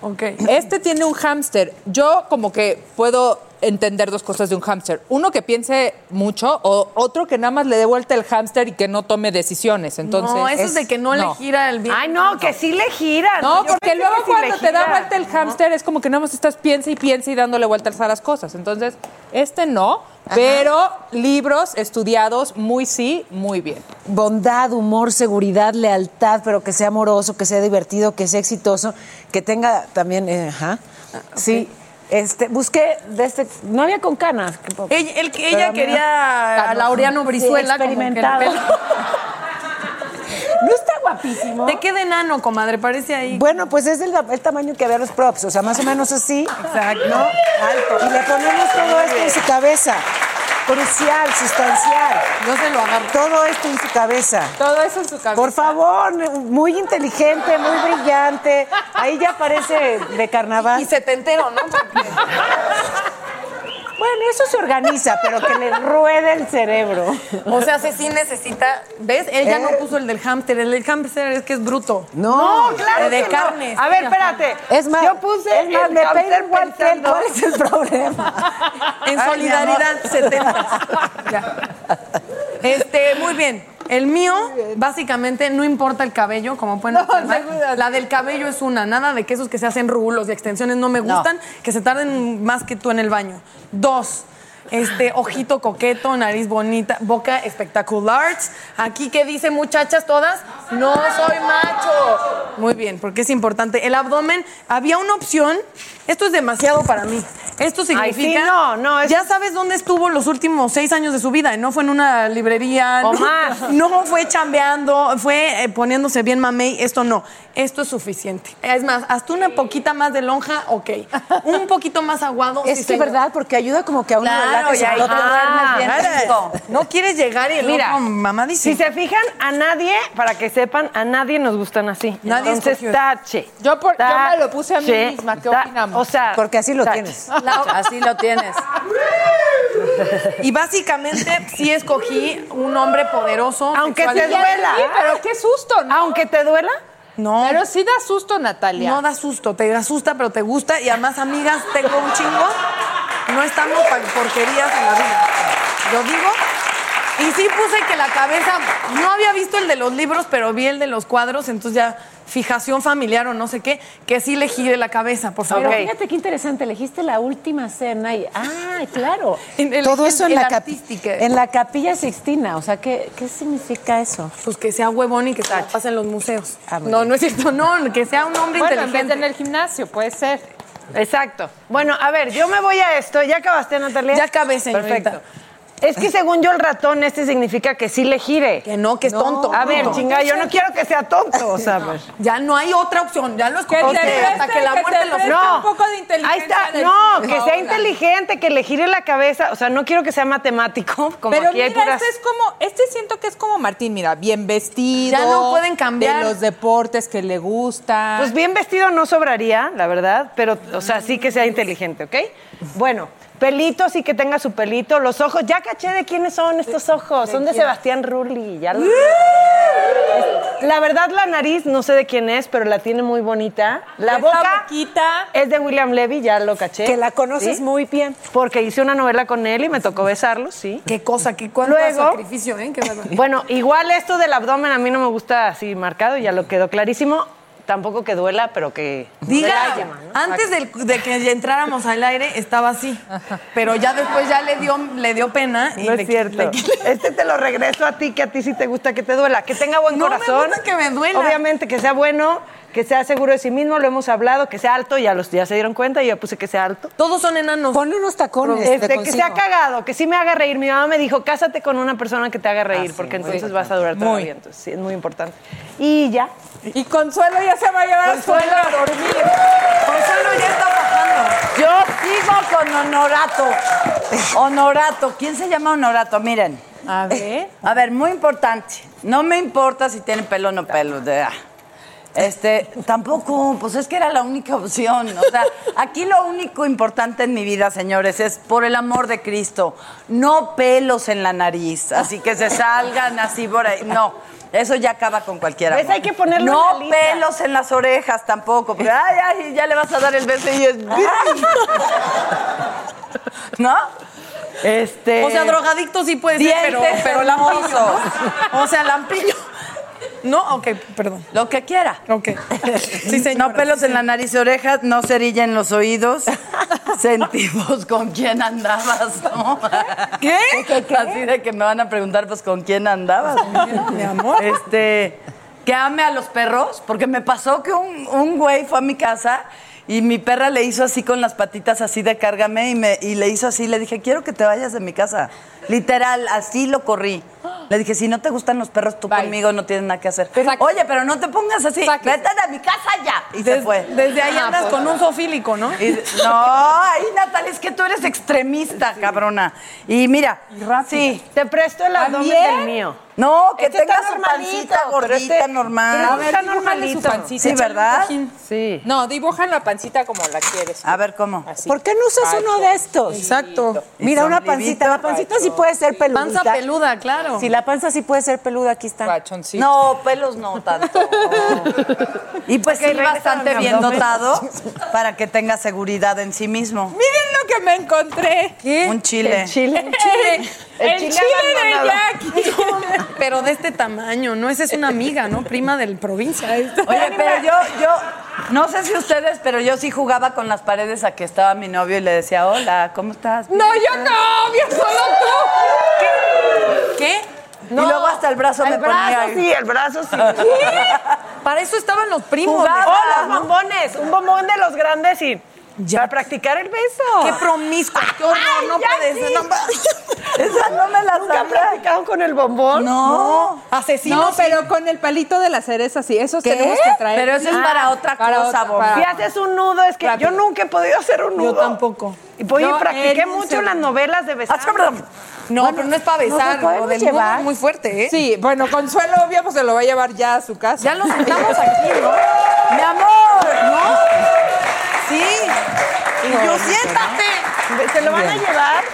Ok. Este tiene un hámster. Yo como que puedo entender dos cosas de un hámster. Uno que piense mucho o otro que nada más le dé vuelta el hámster y que no tome decisiones. Entonces, no, eso es de que no, le gira el bien. Ay, no, que sí le gira. No, porque luego cuando te da vuelta el hámster es como que nada más estás piensa y piensa y dándole vueltas a las cosas. Entonces, este no, pero libros estudiados, muy sí, muy bien. bondad, humor, seguridad, lealtad, pero que sea amoroso, que sea divertido, que sea exitoso, que tenga también, eh, ajá, Ah, sí. Este, busqué de este, no había con canas. qué poco. Ella, el que- Pero ella mira, quería a canos, Laureano sí, Brizuela. como que el experimentado. pelo- ¿No está guapísimo? ¿De qué de enano, comadre? Parece ahí. Bueno, pues es el, el tamaño que había los props, o sea, más o menos así. Exacto. ¿no? Alto. Y le ponemos todo esto en su cabeza. Crucial, sustancial. No se lo agarro. Todo esto en su cabeza. Todo eso en su cabeza. Por favor, muy inteligente, muy brillante. Ahí ya parece de carnaval. Y setentero, ¿no? Bueno, eso se organiza, pero que le ruede el cerebro. O sea, se sí necesita. ¿Ves? Ella Eh. no puso el del hámster. El del hámster es que es bruto. No, claro. De que no. carne. A ver, espérate. Es más, yo puse. Es más, el me hámster peino igual que él. ¿Cuál es el problema? En Ay, solidaridad mi amor. 70. Ya. Este, muy bien. El mío, básicamente, no importa el cabello, como pueden observar. La del cabello es una. Nada de que esos que se hacen rulos y extensiones no me No. gustan, que se tarden más que tú en el baño. Dos. Este, ojito coqueto, nariz bonita, boca espectacular. Aquí que dice muchachas todas, no soy macho. Muy bien, porque es importante. El abdomen, había una opción. Esto es demasiado para mí. Esto significa. Ay, sí, no, no, es- Ya sabes dónde estuvo los últimos seis años de su vida. y No fue en una librería. O no, más. No fue chambeando, fue eh, poniéndose bien mamey. Esto no. Esto es suficiente. Es más, hasta una poquita más de lonja, ok. Un poquito más aguado. Es sí, que señor. verdad, porque ayuda como que a uno Claro, relaja su ya, propio- ajá. Claro. No quieres llegar y el Mira, otro mamá dice. Si se fijan, a nadie, para que sepan, a nadie nos gustan así. Nadie Entonces, escogió. tache. Yo, por, yo me lo puse a mí Tache. misma, ¿qué Ta- opinamos? O sea, Porque así lo tienes. La- así lo tienes. Y básicamente sí escogí un hombre poderoso. Aunque sexual. te duela. Sí, pero qué susto, ¿no? Aunque te duela. No. Pero sí da susto, Natalia. No da susto, te asusta, pero te gusta. Y además, amigas, tengo un chingo. No estamos para porquerías en la vida. Lo digo. Y sí puse que la cabeza. No había visto el de los libros, pero vi el de los cuadros. Entonces ya, fijación familiar o no sé qué, que sí le gire la cabeza, por favor. Pero fíjate qué interesante, elegiste la última cena y. ¡Ah, claro! En el- Todo en- eso en, en la capi- artística. en la capilla Sixtina. O sea, ¿qué, qué significa eso? Pues que sea huevón y que se la pase en los museos. Ah, No, no es cierto, no, que sea un hombre Bueno, en vez inteligente. de en el gimnasio, puede ser. Exacto. Bueno, a ver, yo me voy a esto. ¿Ya acabaste, Natalia? Ya acabé, señorita. Perfecto. Es que según yo el ratón este significa que sí le gire. Que no, que es tonto. A ver, No. chinga, yo no quiero que sea tonto, o sea, a ver. Ya no hay otra opción, ya lo escogí Ok. hasta que la muerte los No. inteligencia Ahí está. del- No, que sea Ahora. inteligente, que le gire la cabeza. O sea, no quiero que sea matemático, como Pero aquí hay mira, puras... este es como, este siento que es como Martín, mira, bien vestido. Ya no pueden cambiar. De los deportes que le gustan. Pues bien vestido no sobraría, la verdad, pero, o sea, sí que sea inteligente, ¿ok? Bueno, pelitos y que tenga su pelito, los ojos. Ya caché de quiénes son estos ojos. Son de Sebastián Rulli, ya lo... la verdad, la nariz, no sé de quién es, pero la tiene muy bonita. La boca es de William Levy, ya lo caché. Que la conoces muy bien. Porque hice una novela con él y me tocó besarlo, sí. Qué cosa, qué cuánto Luego, sacrificio, ¿eh? Qué bárbaro. Bueno, igual esto del abdomen a mí no me gusta así marcado, ya lo quedó clarísimo. Tampoco que duela, pero que... Diga, Duela, ¿no? antes del- de, que entráramos al aire estaba así, pero ya después ya le dio, le dio pena. y No le- es cierto. le- Este te lo regreso a ti, que a ti sí te gusta que te duela. Que tenga buen No me corazón. gusta que me duela. Obviamente, que sea bueno, que sea seguro de sí mismo, lo hemos hablado, que sea alto, ya, los, ya se dieron cuenta, yo puse que sea alto. Todos son enanos. Ponle unos tacones. Este, te que sea consigo. cagado, que sí me haga reír. Mi mamá me dijo, cásate con una persona que te haga Ah, reír, porque muy entonces vas a durar toda Muy. la vida. Entonces, sí, es muy importante. Y ya. Y Consuelo ya se va a llevar a su Consuelo. a dormir. Consuelo ya está bajando. Yo sigo con Honorato. Honorato, ¿quién se llama Honorato? Miren. A ver. A ver, muy importante. No me importa si tiene pelo o no pelo. de- ah. Este, tampoco, pues es que era la única opción. O sea, aquí lo único importante en mi vida, señores, es por el amor de Cristo, no pelos en la nariz, así que se salgan así por ahí. No, eso ya acaba con cualquiera. ¿Ves? Pues Hay que ponerlo No en la lista. pelos en las orejas tampoco, porque ay, ay, ya le vas a dar el beso y es. ¿No? Este. Eh, O sea, drogadicto sí puede ser, pero, Dientes pero lampiño. hermosos. ¿no? O sea, lampiño. No, ok, perdón. Lo que quiera. Ok. No pelos en la nariz y orejas, no cerilla en los oídos. Sentimos con quién andabas, ¿no? ¿Qué? Así de que me van a preguntar, pues, ¿con quién andabas? Mi amor. Este, que ame a los perros, porque me pasó que un, un güey fue a mi casa y mi perra le hizo así con las patitas, así de cárgame, y, me, y le hizo así, le dije, quiero que te vayas de mi casa. Literal, así lo corrí. Le dije, si no te gustan los perros, tú conmigo no tienes nada que hacer. Pues Oye, pero no te pongas así. Vete de mi casa ya. Y se fue. Ah, pues Desde ahí andas con un zoofílico, ¿no? Y- no, ahí Natalia, es que tú eres extremista, cabrona. Y mira, sí. Te presto el abdomen ¿También? del mío. No, que Este tenga está su normalito, pancita pero gordita este- normal. pero está normalito. Sí, ¿verdad? Sí. No, dibuja la pancita como la quieres. A ver, ¿cómo? ¿Por qué no usas uno de estos? Exacto. Mira, una pancita. La pancita sí puede ser peluda. Panza peluda, claro. Sí, la panza sí puede ser peluda. Aquí está. No, pelos no tanto. y pues Ok, sí, regresa bastante a mi bien abdomen. dotado para que tenga seguridad en sí mismo. Miren lo que me encontré. Un chile. El chile. El chile de Jackie. pero de este tamaño, ¿no? Esa es una amiga, ¿no? Prima del provincia. Oye, pero yo, yo, no sé si ustedes, pero yo sí jugaba con las paredes a que estaba mi novio y le decía, hola, ¿cómo estás? No, yo no, bien solo tú. ¿Qué? y luego hasta el brazo me ponía. ahí. sí, el brazo sí. Para eso estaban los primos. Jugaba, ¿no? los bombones, un bombón de los grandes y para practicar el beso. Qué promiscuo, qué horror, Ay, no ya puedes. sí. no puedes. Esa no me la ¿Nunca han practicado con el bombón? No. No, pero con el palito de la cereza, sí. Esos tenemos que traer. Pero eso es Ah, para otra cosa, otra- bombón. para- Si haces un nudo, es que yo nunca he podido hacer un nudo. Yo tampoco. Y voy Yo y practiqué en un mucho en segundo. las novelas de besar. Ah, No, pero no es para ¿nos lo besar. podemos Lo del llevar? nudo es muy fuerte, ¿eh? Sí, bueno, Consuelo, obviamente, se lo va a llevar ya a su casa. Ya lo sentamos aquí, ¿no? Mi amor, ¿no? Sí. Y yo, siéntate. ¿Se lo van a llevar?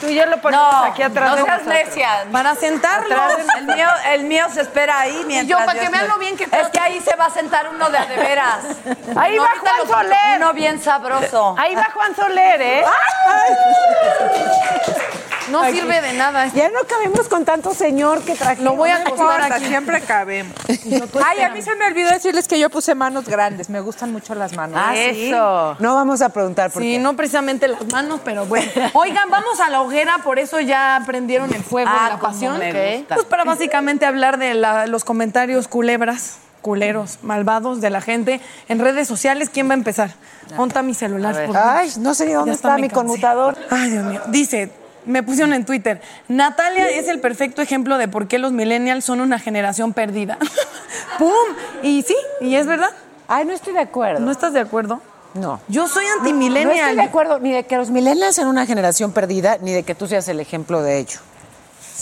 Tú y yo lo ponemos No, aquí atrás no de seas nosotros. necia. Para sentarlo. El mío, el mío se espera ahí mientras. yo, para que Dios vean me- lo bien que Es que ahí se va a sentar uno de a de veras. Ahí Uno va ahorita Juan los- Soler. Uno bien sabroso. Ahí va Juan Soler, ¿eh? No sirve de nada. Ya no cabemos con tanto señor que traje. Lo voy a acostar Importa, aquí. siempre cabemos. Ay, a mí se me olvidó decirles que yo puse manos grandes. Me gustan mucho las manos. Ah, sí. Eso. No vamos a preguntar por Sí, qué. no precisamente las manos, pero bueno. Oigan, vamos a la hoguera, por eso ya prendieron el fuego, Ah, la cómo pasión. me Ok. gusta. Pues para básicamente hablar de la- los comentarios culebras, culeros, malvados de la gente en redes sociales. ¿Quién va a empezar? Ponta mi celular. por favor. Ay, no sé ni dónde Ya está me mi cansé. conmutador. Ay, Dios mío. Dice, me pusieron en Twitter, Natalia es el perfecto ejemplo de por qué los millennials son una generación perdida. ¡Pum! Y sí, y es verdad. Ay, no estoy de acuerdo. ¿No estás de acuerdo? No. Yo soy No estoy antimillennial. de acuerdo ni de que los millennials sean una generación perdida, ni de que tú seas el ejemplo de ello.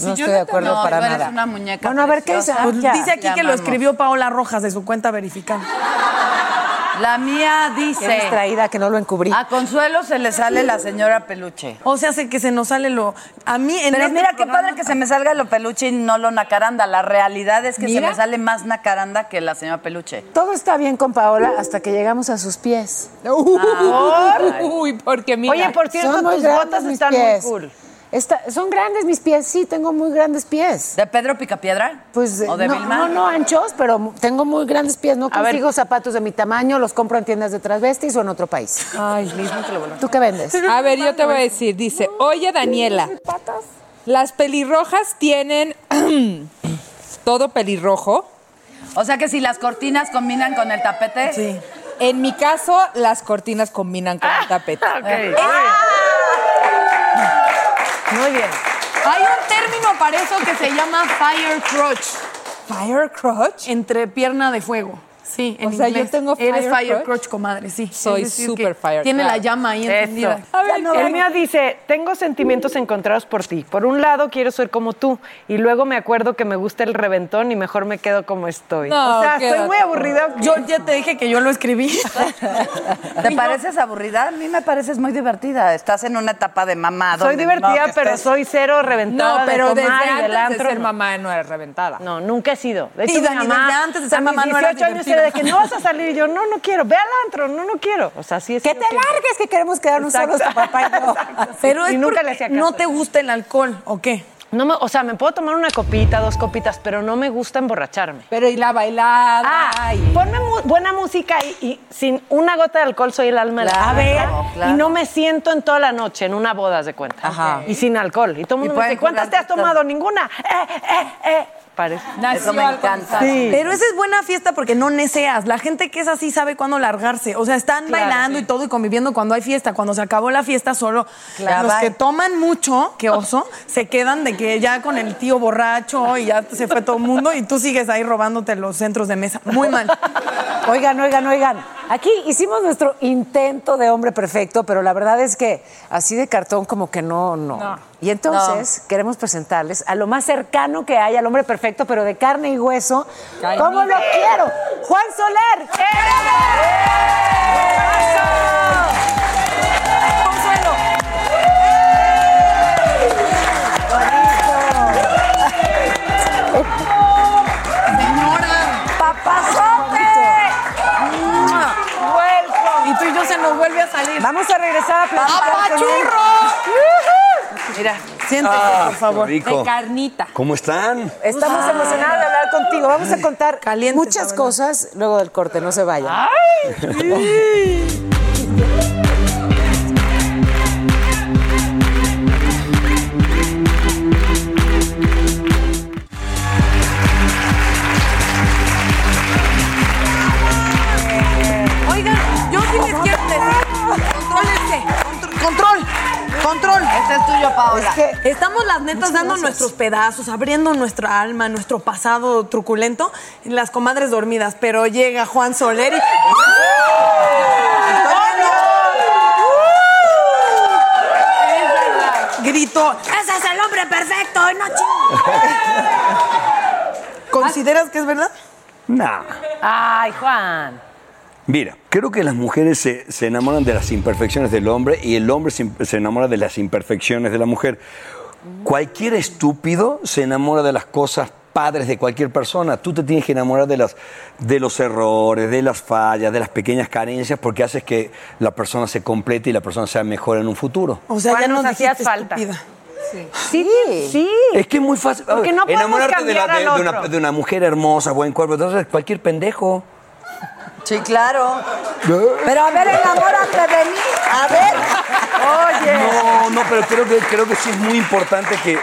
no yo estoy no de te- acuerdo no, para tú eres nada. una muñeca bueno, a ver qué preciosa. dice. Ah, Pues Ya. dice aquí la que lo amamos. escribió Paola Rojas de su cuenta verificada. La mía dice. Qué distraída, que no lo encubrí. A Consuelo se le sale la señora peluche. O sea, hace que se nos sale lo. A mí en Pero este mira qué programa- padre que se me salga lo peluche y no lo nacaranda. La realidad es que Mira. se me sale más nacaranda que la señora peluche. Todo está bien con Paola hasta que llegamos a sus pies. Ah, Uy, porque mira. Oye, por cierto, Son muy tus grandes botas mis están muy pies. cool. Está- son grandes mis pies, sí, tengo muy grandes pies. ¿De Pedro Picapiedra? Pues eh, ¿O de no, Vilma? no, no anchos, pero mu- tengo muy grandes pies. No ver. consigo zapatos de mi tamaño, los compro en tiendas de transvestis o en otro país. Ay, mismo que lo voló. ¿Tú qué vendes? A ver, yo te voy a decir, dice, oye Daniela, las pelirrojas tienen todo pelirrojo. O sea que si las cortinas combinan con el tapete. Sí. En mi caso, las cortinas combinan con el tapete. Ah, Ah. Muy bien. Hay un término para eso que se llama fire crotch. ¿Fire crotch? Entre pierna de fuego. Sí, en O sea, yo inglés. tengo fire Eres fire crotch. crotch, comadre, sí. Soy Es decir, super que fire, Tiene claro. la llama ahí Eso. encendida. A ver, no. El mío dice, tengo sentimientos encontrados por ti. Por un lado quiero ser como tú y luego me acuerdo que me gusta el reventón y mejor me quedo como estoy. No, o sea, quédate. estoy muy aburrida. Yo ya te dije que yo lo escribí. ¿Te pareces aburrida? A mí me pareces muy divertida. Estás en una etapa de mamá. Soy donde divertida, no, que pero estés- soy cero No, reventada pero de desde tomar y antes del antro. de ser no. mamá no eres reventada. No, nunca he sido. De Sí, hecho, mi Dani, mamá, desde antes de ser a mis mamá no era 18 años divertido. era de que no vas a salir. Y yo, no, no quiero. Ve al antro. No, no quiero. O sea, sí es. Que te largues, que queremos quedarnos Exacto. solos tu papá y yo. Pero es Y nunca porque le hacía no caso. te gusta el alcohol, ¿o qué? No me, o sea, me puedo tomar una copita, dos copitas, pero no me gusta emborracharme. Pero y la bailada. Ah, y- ponme mu- buena música y, y sin una gota de alcohol soy el alma de la Claro, A ver, claro. y no me siento en toda la noche en una boda haz de cuenta. Ajá. Y sin alcohol. Y todo el Y mundo me pueden dice, ¿cuántas te has curarte todo". tomado? Ninguna. Eh, eh, eh. Parece. Eso me encanta. Sí. Pero esa es buena fiesta porque no neceas. La gente que es así sabe cuándo largarse. O sea, están Claro, bailando sí. y todo y conviviendo cuando hay fiesta. Cuando se acabó la fiesta, solo Claro. los que toman mucho, que oso, se quedan de que ya con el tío borracho y ya se fue todo el mundo y tú sigues ahí robándote los centros de mesa. Muy mal. Oigan, oigan, oigan. Aquí hicimos nuestro intento de hombre perfecto, pero la verdad es que así de cartón como que no, no. No. Y entonces queremos presentarles a lo más cercano que hay al hombre perfecto, pero de carne y hueso. Carne. ¿Cómo lo quiero? Juan Soler. Consuelo. Señora, papazote. Y tú y yo se nos vuelve a salir. Vamos a regresar a platicar con él. Mira, Siéntese, Ah, por favor. qué rico. De carnita. ¿Cómo están? Estamos emocionados de hablar contigo. Vamos a contar muchas cosas luego del corte. No se vayan. Oigan, yo sí les quiero decir. Contrólense. contr- Control. Control. Este es tuyo, Paola. Es que estamos las netas dando nuestros pedazos, abriendo nuestra alma, nuestro pasado truculento, en las comadres dormidas, pero llega Juan Soler y... Grito, ese es el hombre perfecto, no chingues". ¿Consideras que es verdad? Nah. Ay, Juan. Mira, creo que las mujeres se, se enamoran de las imperfecciones del hombre y el hombre se, se enamora de las imperfecciones de la mujer. Cualquier estúpido se enamora de las cosas padres de cualquier persona. Tú te tienes que enamorar de, las, de los errores, de las fallas, de las pequeñas carencias, porque haces que la persona se complete y la persona sea mejor en un futuro. O sea, Juan, ya nos nos hacía hacías falta. estúpida. Sí, sí. Es que es muy fácil. A ver, Porque no podemos enamorarte de, la- cambiar de- al de una, otro. de una mujer hermosa, buen cuerpo, entonces cualquier pendejo. Sí, claro. Pero a ver, enamórate de mí. A ver. Oye. No, no, pero creo que, creo que sí es muy importante que,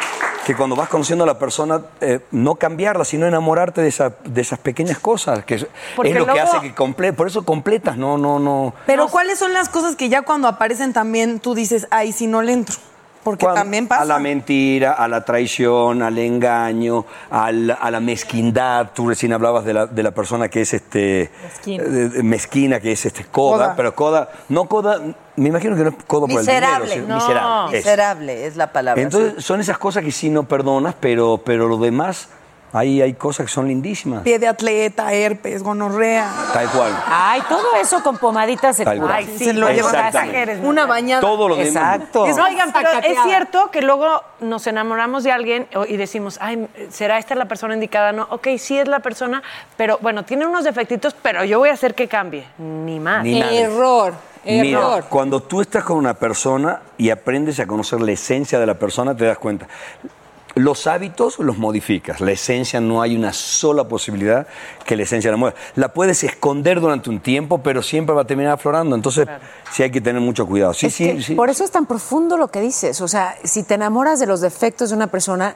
que cuando vas conociendo a la persona, eh, no cambiarla, sino enamorarte de, esa- de esas pequeñas cosas, que es, Porque es lo que luego- hace que comple por eso completas, no, no, no. Pero ¿cuáles son las cosas que ya cuando aparecen también tú dices, ay, si no le entro? Porque Cuan- también pasa. A la mentira, a la traición, al engaño, al- a la mezquindad. Tú recién hablabas de la, de la persona que es este Mezquina. eh, eh, mezquina, que es este coda, Coda. pero coda, no coda, me imagino que no es coda por el Miserable. dinero, sino miserable. eso. Miserable es la palabra. Entonces son esas cosas que sí no perdonas, pero, pero lo demás Ahí hay cosas que son lindísimas. Pie de atleta, herpes, gonorrea. Tal cual. Ay, todo eso con pomaditas se Tal cura. cual. Ay, sí, lo llevas a exageres, ¿no? Una bañada. Todo lo demás. Exacto. Es, No, oigan, pero es pacateada. cierto que luego nos enamoramos de alguien o- y decimos, ay, ¿será esta la persona indicada? No, ok, sí es la persona, pero bueno, tiene unos defectitos, pero yo voy a hacer que cambie. Ni más. Ni madre. Error, Mira, cuando tú estás con una persona y aprendes a conocer la esencia de la persona, te das cuenta. Los hábitos los modificas, la esencia no hay una sola posibilidad que la esencia la mueva. La puedes esconder durante un tiempo, pero siempre va a terminar aflorando, entonces sí hay que tener mucho cuidado. Sí, Es sí, que sí. Por eso es tan profundo lo que dices. O sea, si te enamoras de los defectos de una persona,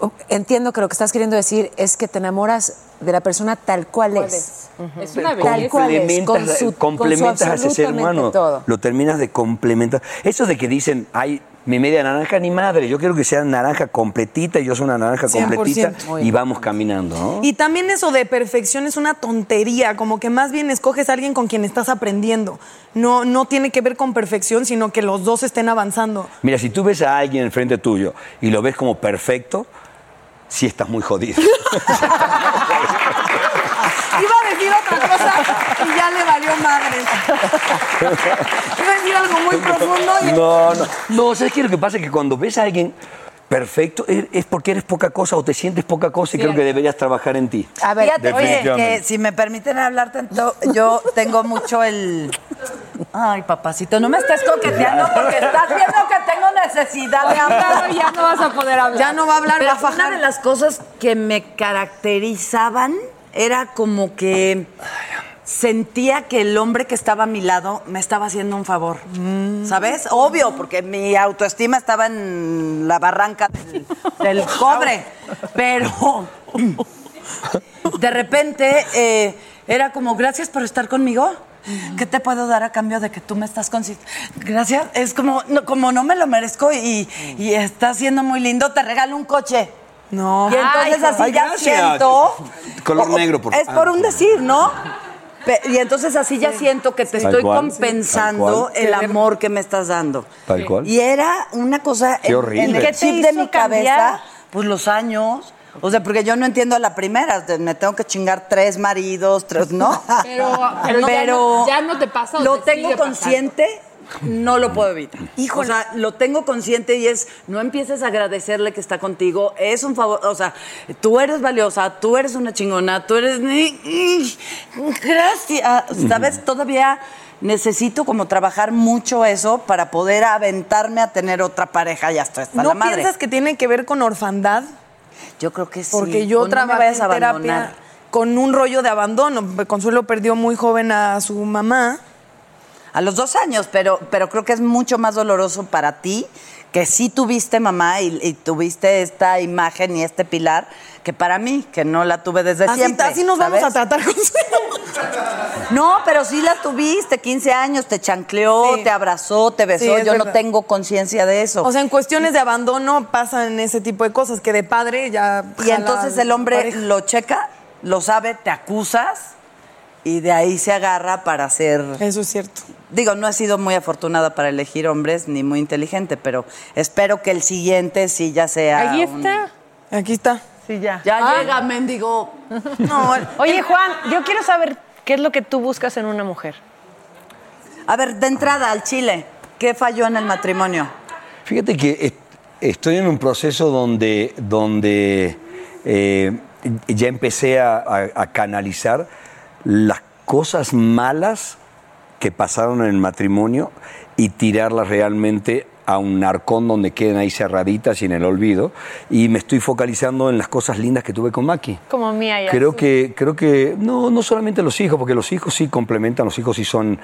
o- entiendo que lo que estás queriendo decir es que te enamoras de la persona tal cual ¿Cuál es. es? Es una una belleza. belleza. cual es, con complementas, su- con complementas su a ese ser absolutamente humano. todo. Lo terminas de complementar. Eso de que dicen, ay, mi media naranja ni madre, yo quiero que sea naranja completita y yo soy una naranja 100%. completita Muy y bien. vamos caminando, ¿no? Y también eso de perfección es una tontería, como que más bien escoges a alguien con quien estás aprendiendo. No, no tiene que ver con perfección, sino que los dos estén avanzando. Mira, si tú ves a alguien enfrente tuyo y lo ves como perfecto, sí estás muy jodido. Iba a decir otra cosa y ya le valió madre. Iba a decir algo muy profundo y No, no. No, ¿sabes qué? Lo que pasa es que cuando ves a alguien perfecto es, es porque eres poca cosa o te sientes poca cosa y creo que deberías trabajar en ti. A ver, Fíjate, oye, Definitivamente. que si me permiten hablar tanto, yo tengo mucho el. Ay, papacito, no me estés coqueteando porque estás viendo que tengo necesidad de hablar. Ya no vas a poder hablar. Ya no va a hablar, Pero va a fajar. Una de las cosas que me caracterizaban era como que sentía que el hombre que estaba a mi lado me estaba haciendo un favor. ¿Sabes? Obvio, porque mi autoestima estaba en la barranca del, del cobre. Pero de repente eh, era como, gracias por estar conmigo. ¿Qué te puedo dar a cambio de que tú me estás consi- Gracias. Es como no, como no me lo merezco y, y está siendo muy lindo, te regalo un coche. No. Y Ay, entonces así ay, ya gracias. siento. Color o- o- negro, por Es por ah. un decir, ¿no? Pe- Y entonces así ya siento que te Tal estoy cual, tal compensando cual. el amor que me estás dando. Tal cual. Y era una cosa Qué en- horrible. en ¿Qué te el chip de hizo mi cambiar? cabeza, pues los años. O sea, porque yo no entiendo a la primera, te- me tengo que chingar tres maridos, tres, ¿no? Pero, pero ya no- ya no te pasa o Lo te tengo sigue pasando. consciente, no lo puedo evitar. Híjole. O sea, lo tengo consciente y es, no empieces a agradecerle que está contigo, es un favor, o sea, tú eres valiosa, tú eres una chingona, tú eres... Gracias, ¿sabes? Todavía necesito como trabajar mucho eso para poder aventarme a tener otra pareja y hasta, hasta la ¿No madre. piensas que tiene que ver con orfandad? Yo creo que sí. Porque yo O no me trabajé vayas a en terapia abandonar. con un rollo de abandono. Consuelo perdió muy joven a su mamá. A los dos años, pero, pero creo que es mucho más doloroso para ti que sí tuviste mamá y, y tuviste esta imagen y este pilar que para mí, que no la tuve desde Así- siempre. así nos vamos a tratar con No, pero sí la tuviste, 15 años, te chancleó, te abrazó, te Sí, besó. es Yo no verdad. tengo conciencia de eso. O sea, en cuestiones de abandono pasan ese tipo de cosas que de padre ya. y entonces el hombre lo checa, lo sabe, te acusas y de ahí se agarra para hacer. Eso es cierto. Digo, no he sido muy afortunada para elegir hombres ni muy inteligente, pero espero que el siguiente sí ya sea. Ahí un- está. Aquí está. Sí, ya. Ya Ah. llega, mendigo. No, Oye, Juan, yo quiero saber qué es lo que tú buscas en una mujer. A ver, de entrada al Chile, ¿qué falló en el matrimonio? Fíjate que est- estoy en un proceso donde, donde eh, ya empecé a, a- a canalizar las cosas malas que pasaron en el matrimonio y tirarlas realmente a un arcón donde queden ahí cerraditas y en el olvido. Y me estoy focalizando en las cosas lindas que tuve con Maki. Como mía y Creo que, creo que no, no solamente los hijos, porque los hijos sí complementan, los hijos sí son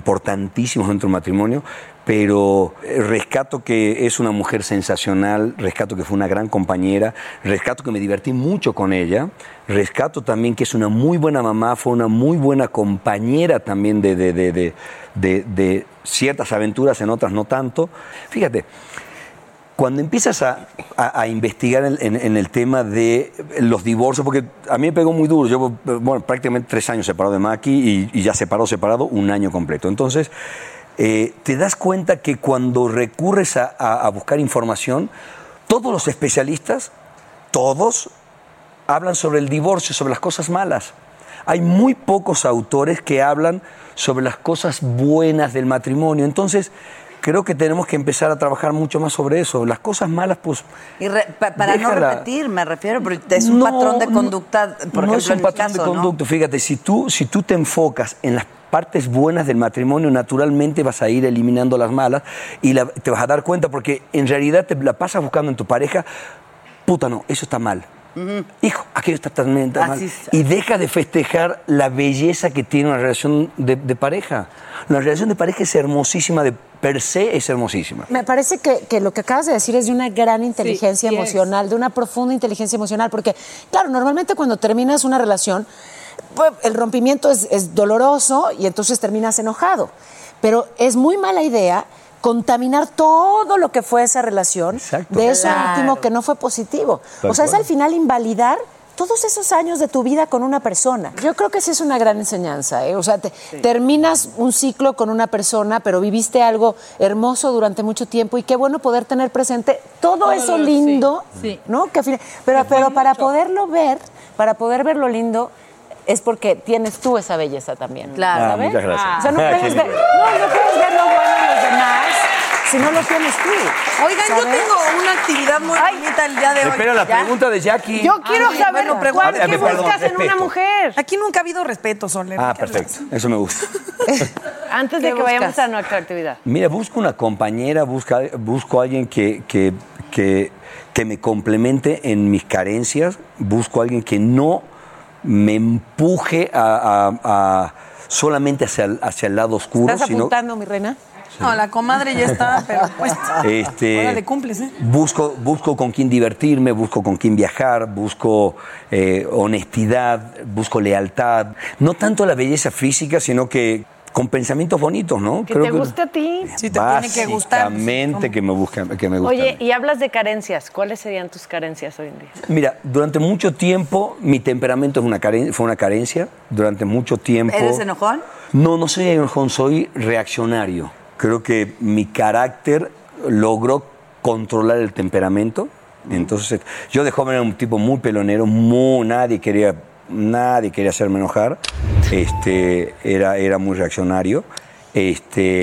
importantísimos dentro del matrimonio, pero eh, rescato que es una mujer sensacional, rescato que fue una gran compañera, rescato que me divertí mucho con ella, rescato también que es una muy buena mamá, fue una muy buena compañera también de, de- de- de- de- de ciertas aventuras, en otras no tanto. Fíjate, cuando empiezas a, a- a investigar en, en- en el tema de los divorcios, porque a mí me pegó muy duro, yo, bueno, prácticamente tres años separado de Maki y, y ya separado, separado, un año completo. Entonces, eh, te das cuenta que cuando recurres a- a- a buscar información, todos los especialistas, todos hablan sobre el divorcio, sobre las cosas malas. Hay muy pocos autores que hablan sobre las cosas buenas del matrimonio. Entonces, creo que tenemos que empezar a trabajar mucho más sobre eso. Las cosas malas, pues... Y re- pa- para no Déjala. repetir, me refiero, pero es un No, patrón de no, conducta, por no ejemplo, es un en mi patrón caso, de ¿no? conducta. Fíjate, si tú, si tú te enfocas en las partes buenas del matrimonio, naturalmente vas a ir eliminando las malas y la- te vas a dar cuenta porque en realidad te la pasas buscando en tu pareja, puta no, eso está mal. Hijo, aquello está también tan mal. Así es. Y deja de festejar la belleza que tiene una relación de, de pareja. La relación de pareja es hermosísima, de per se es hermosísima. Me parece que, que lo que acabas de decir es de una gran inteligencia sí es. emocional, de una profunda inteligencia emocional, porque, claro, normalmente cuando terminas una relación, pues, el rompimiento es, es doloroso y entonces terminas enojado. Pero es muy mala idea contaminar todo lo que fue esa relación de eso Claro. último que no fue positivo. Tal o sea, es cual. al final invalidar todos esos años de tu vida con una persona. Yo creo que sí es una gran enseñanza. ¿eh? O sea, te- terminas un ciclo con una persona, pero viviste algo hermoso durante mucho tiempo y qué bueno poder tener presente todo, Todo eso lo- lindo, sí, sí. ¿no? Que al final- pero pero para poderlo ver, para poder ver lo lindo, es porque tienes tú esa belleza también. Claro. Ah, ¿sabes? ¿Eh? muchas gracias. O sea, no Ah, puedes qué ver, nivel. no, no puedes ver lo bueno en los demás si no lo tienes tú. Oigan, yo tengo una actividad muy bonita el día de hoy. Espera la ¿ya? pregunta de Jackie. Yo quiero Ay, saber bueno, cuál- A ver, qué perdón, buscas en una respeto. mujer. Aquí nunca ha habido respeto, Soler. Ah, perfecto. Eso me gusta. Antes ¿Qué de que vayamos buscas? a nuestra actividad. Mira, busco una compañera, busca, busco a alguien que, que, que, que me complemente en mis carencias, busco a alguien que no me empuje a, a- a- solamente hacia, el- hacia el lado oscuro, ¿Estás sino apuntando, mi reina? No, la comadre ya está, pero pues. Este- Ahora le cumples, ¿eh? busco, busco con quién divertirme, busco con quién viajar, busco eh, honestidad, busco lealtad, no tanto la belleza física, sino que con pensamientos bonitos, ¿no? Que te guste a ti. Sí, te tiene que gustar, pues, Básicamente que me, busca, que me gusta. Oye, y hablas de carencias. ¿Cuáles serían tus carencias hoy en día? Mira, durante mucho tiempo mi temperamento es una caren- fue una carencia. Durante mucho tiempo. ¿Eres enojón? No, no soy enojón, soy reaccionario. Creo que mi carácter logró controlar el temperamento. Entonces, yo de joven era un tipo muy pelonero, muy, nadie quería, nadie quería hacerme enojar. Este, era, era muy reaccionario. Este,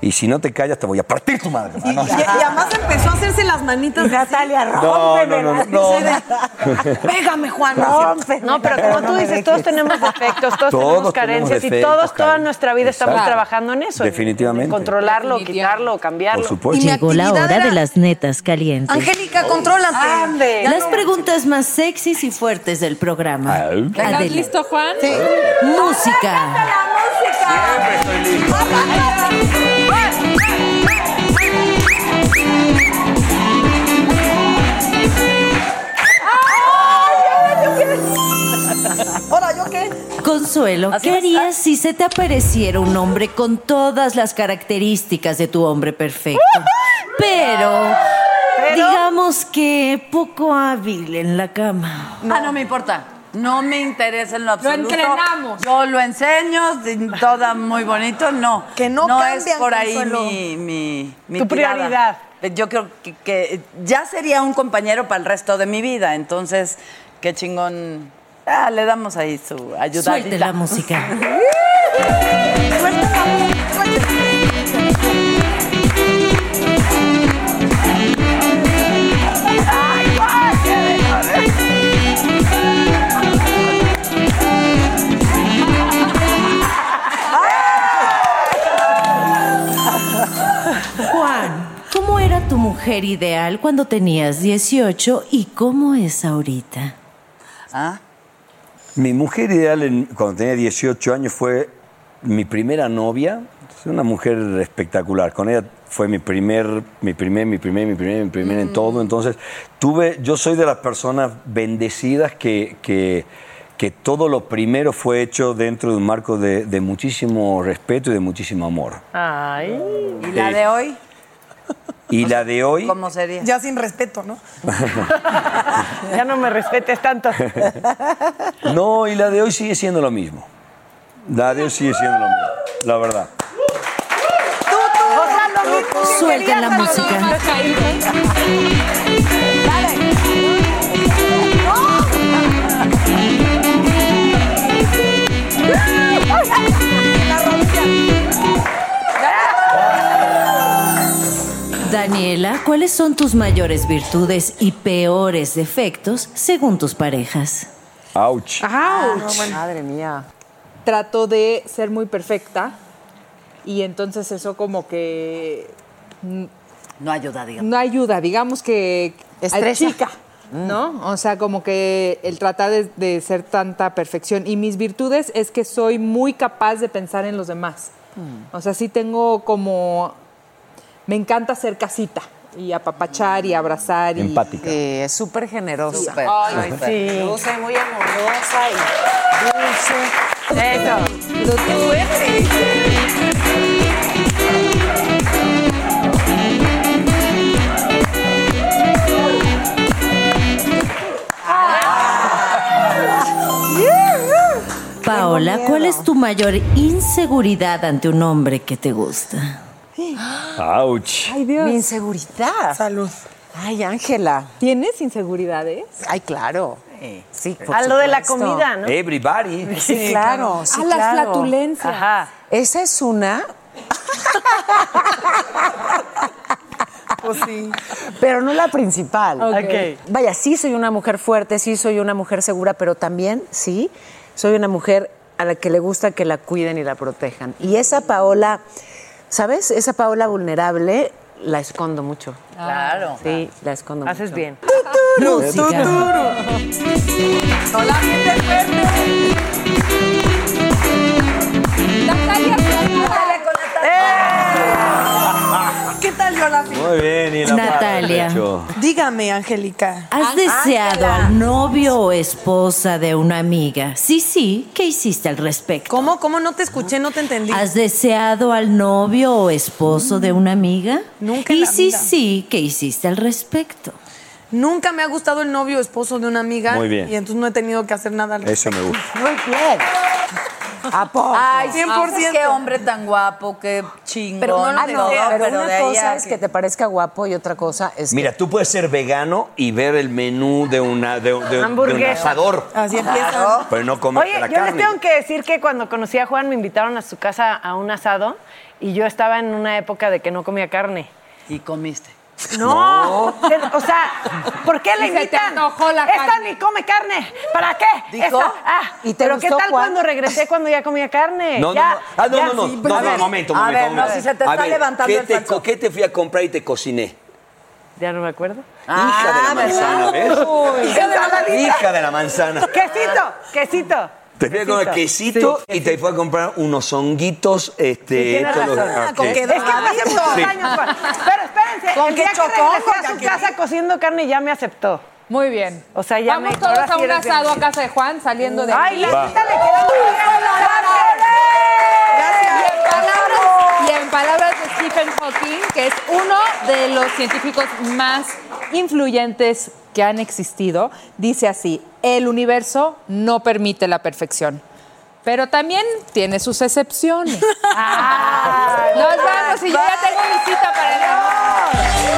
y si no te callas, te voy a partir tu madre. Ah, no. Y, y además empezó a hacerse las manitas de Natalia Ah, No, no, no, no, no. Pégame, Juan. Rómpeme. No, pero como tú dices, todos tenemos defectos, Todos todos, tenemos tenemos carencias y defectos, todos, toda Karen. nuestra vida estamos Exacto. trabajando en eso. en- en Definitivamente. controlarlo, quitarlo, cambiarlo. Por supuesto. Llegó la hora de las netas calientes. Angélica, contrólate. Ande. Las preguntas más sexys y fuertes del programa. Ah, ¿Estás Adela. listo, Juan? Sí. Música. Ahora, ¿yo qué? Consuelo, ¿qué harías si se te apareciera un hombre con todas las características de tu hombre perfecto? Pero, digamos que poco hábil en la cama. Ah, no me importa. No me interesa en lo absoluto. entrenamos. Yo lo enseño, de- todo muy bonito. No. Que no No es cambian, por ahí Consuelo. mi, mi, mi Tu tirada. prioridad. Yo creo que, que ya sería un compañero para el resto de mi vida. Entonces, qué chingón. Ah, le damos ahí su ayuda. Suelte la música. Juan, ¿cómo era tu mujer ideal cuando tenías 18 y cómo es ahorita? Mi mujer ideal en- cuando tenía 18 años fue mi primera novia. Es una mujer espectacular. Con ella fue mi primer, mi primer, mi primer, mi primer, mi primer en todo. Entonces, tuve, yo soy de las personas bendecidas que, que, que todo lo primero fue hecho dentro de un marco de, de muchísimo respeto y de muchísimo amor. Ay. ¿Y la de hoy? Y la de hoy. ¿Cómo sería? Ya sin respeto, ¿no? Ya no me respetes tanto. No, y la de hoy sigue siendo lo mismo. La de hoy sigue siendo lo mismo, la verdad. Suelten la música. Dale. ¡No! Revela cuáles son tus mayores virtudes y peores defectos según tus parejas. Ouch. Madre mía. Trato de ser muy perfecta y entonces eso como que mm, No ayuda, digamos. no ayuda, digamos que Estresa. chica, Mm. ¿no? O sea, como que el tratar de, de ser tanta perfección y mis virtudes es que soy muy capaz de pensar en los demás. O sea, sí tengo como me encanta hacer casita y apapachar y abrazar y Empática. Sí, es súper generosa. Súper, Ay, súper. sí. Dulce, muy amorosa y dulce. Lo tú eres. Paola, ¿cuál es tu mayor inseguridad ante un hombre que te gusta? Ouch. Ay, Dios. Mi inseguridad. Salud. Ay, Ángela. ¿Tienes inseguridades? Ay, claro. Sí, por A Ah, lo de la supuesto. Eh. comida, ¿no? Ah, Everybody. Sí, claro. sí, A las claro. flatulencias. Ajá. Esa es una. Pero no la principal. Ok. Vaya, sí soy una mujer fuerte, sí soy una mujer segura, pero también, sí, soy una mujer a la que le gusta que la cuiden y la protejan. Y esa Paola, ¿sabes? Esa Paola vulnerable la escondo mucho. Claro. Sí, la escondo Haces mucho. bien. Tuturu, tuturu. Solamente fuerte. Natalia, dale con Natalia. ¿Qué tal yo la Muy bien, y la madre, Natalia. Pecho. Dígame, Angélica. Ah, ¿Has deseado al novio o esposa de una amiga? Sí, sí, ¿qué hiciste al respecto? ¿Cómo? ¿Cómo no te escuché? No te entendí. ¿Has deseado al novio o esposo de una amiga? Nunca. en Y la sí, vida. sí, ¿qué hiciste al respecto? Nunca me ha gustado el novio o esposo de una amiga. Muy bien. Y entonces no he tenido que hacer nada. al Eso me gusta. Muy bien. ¿A poco? Ay, 100%. Qué hombre tan guapo, qué chingón. Pero no lo Ah, deseo, pero, pero de una ahí cosa a es que- que te parezca guapo y otra cosa es Mira, tú puedes ser vegano y ver el menú de, una, de, un- de un- de un Hamburguesa. asador. Así empieza. Claro. Pero no comerte Oye, la yo carne. les tengo que decir que cuando conocí a Juan me invitaron a su casa a un asado y yo estaba en una época de que no comía carne. Y comiste. No, o sea, ¿por qué le Y se te invitan? Esta ni come carne. ¿Para qué? ¿Dijo? Esta- ah, ¿Y te pero ¿qué gustó, tal Juan? cuando regresé cuando ya comía carne? No, no, Ya, no. Ah, no, ya. no, no. Sí, no, pero- no, momento, momento. A ver, no, momento. si se te A está ver, levantando ¿qué el te, falso. co- ¿Qué te fui a comprar y te cociné? Ya no me acuerdo. Hija de la manzana, ¿ves? Ah, Hija de la manzana. Hija de la manzana. Quesito, quesito. Te fui a comprar quesito y te fui a comprar unos honguitos. Este, Tienes estos razón. los- Ah, ok. ¿Con qué Es que dorado? hace muchos Sí. años. Pero espérense, ¿Con el qué día que chocó, regresé a su Jacqueline? casa cociendo carne ya me aceptó. Muy bien. O sea, ya Vamos me todos ahora a sí un eres bien asado a chida. casa de Juan saliendo de Ay, aquí. la Va. neta le quedó muy bien a la Y en palabras, ¿eh? y en palabras de Stephen Hawking, que es uno de los científicos más influyentes que han existido, dice así, el universo no permite la perfección. Pero también tiene sus excepciones. Nos vamos y yo ya tengo mi cita para el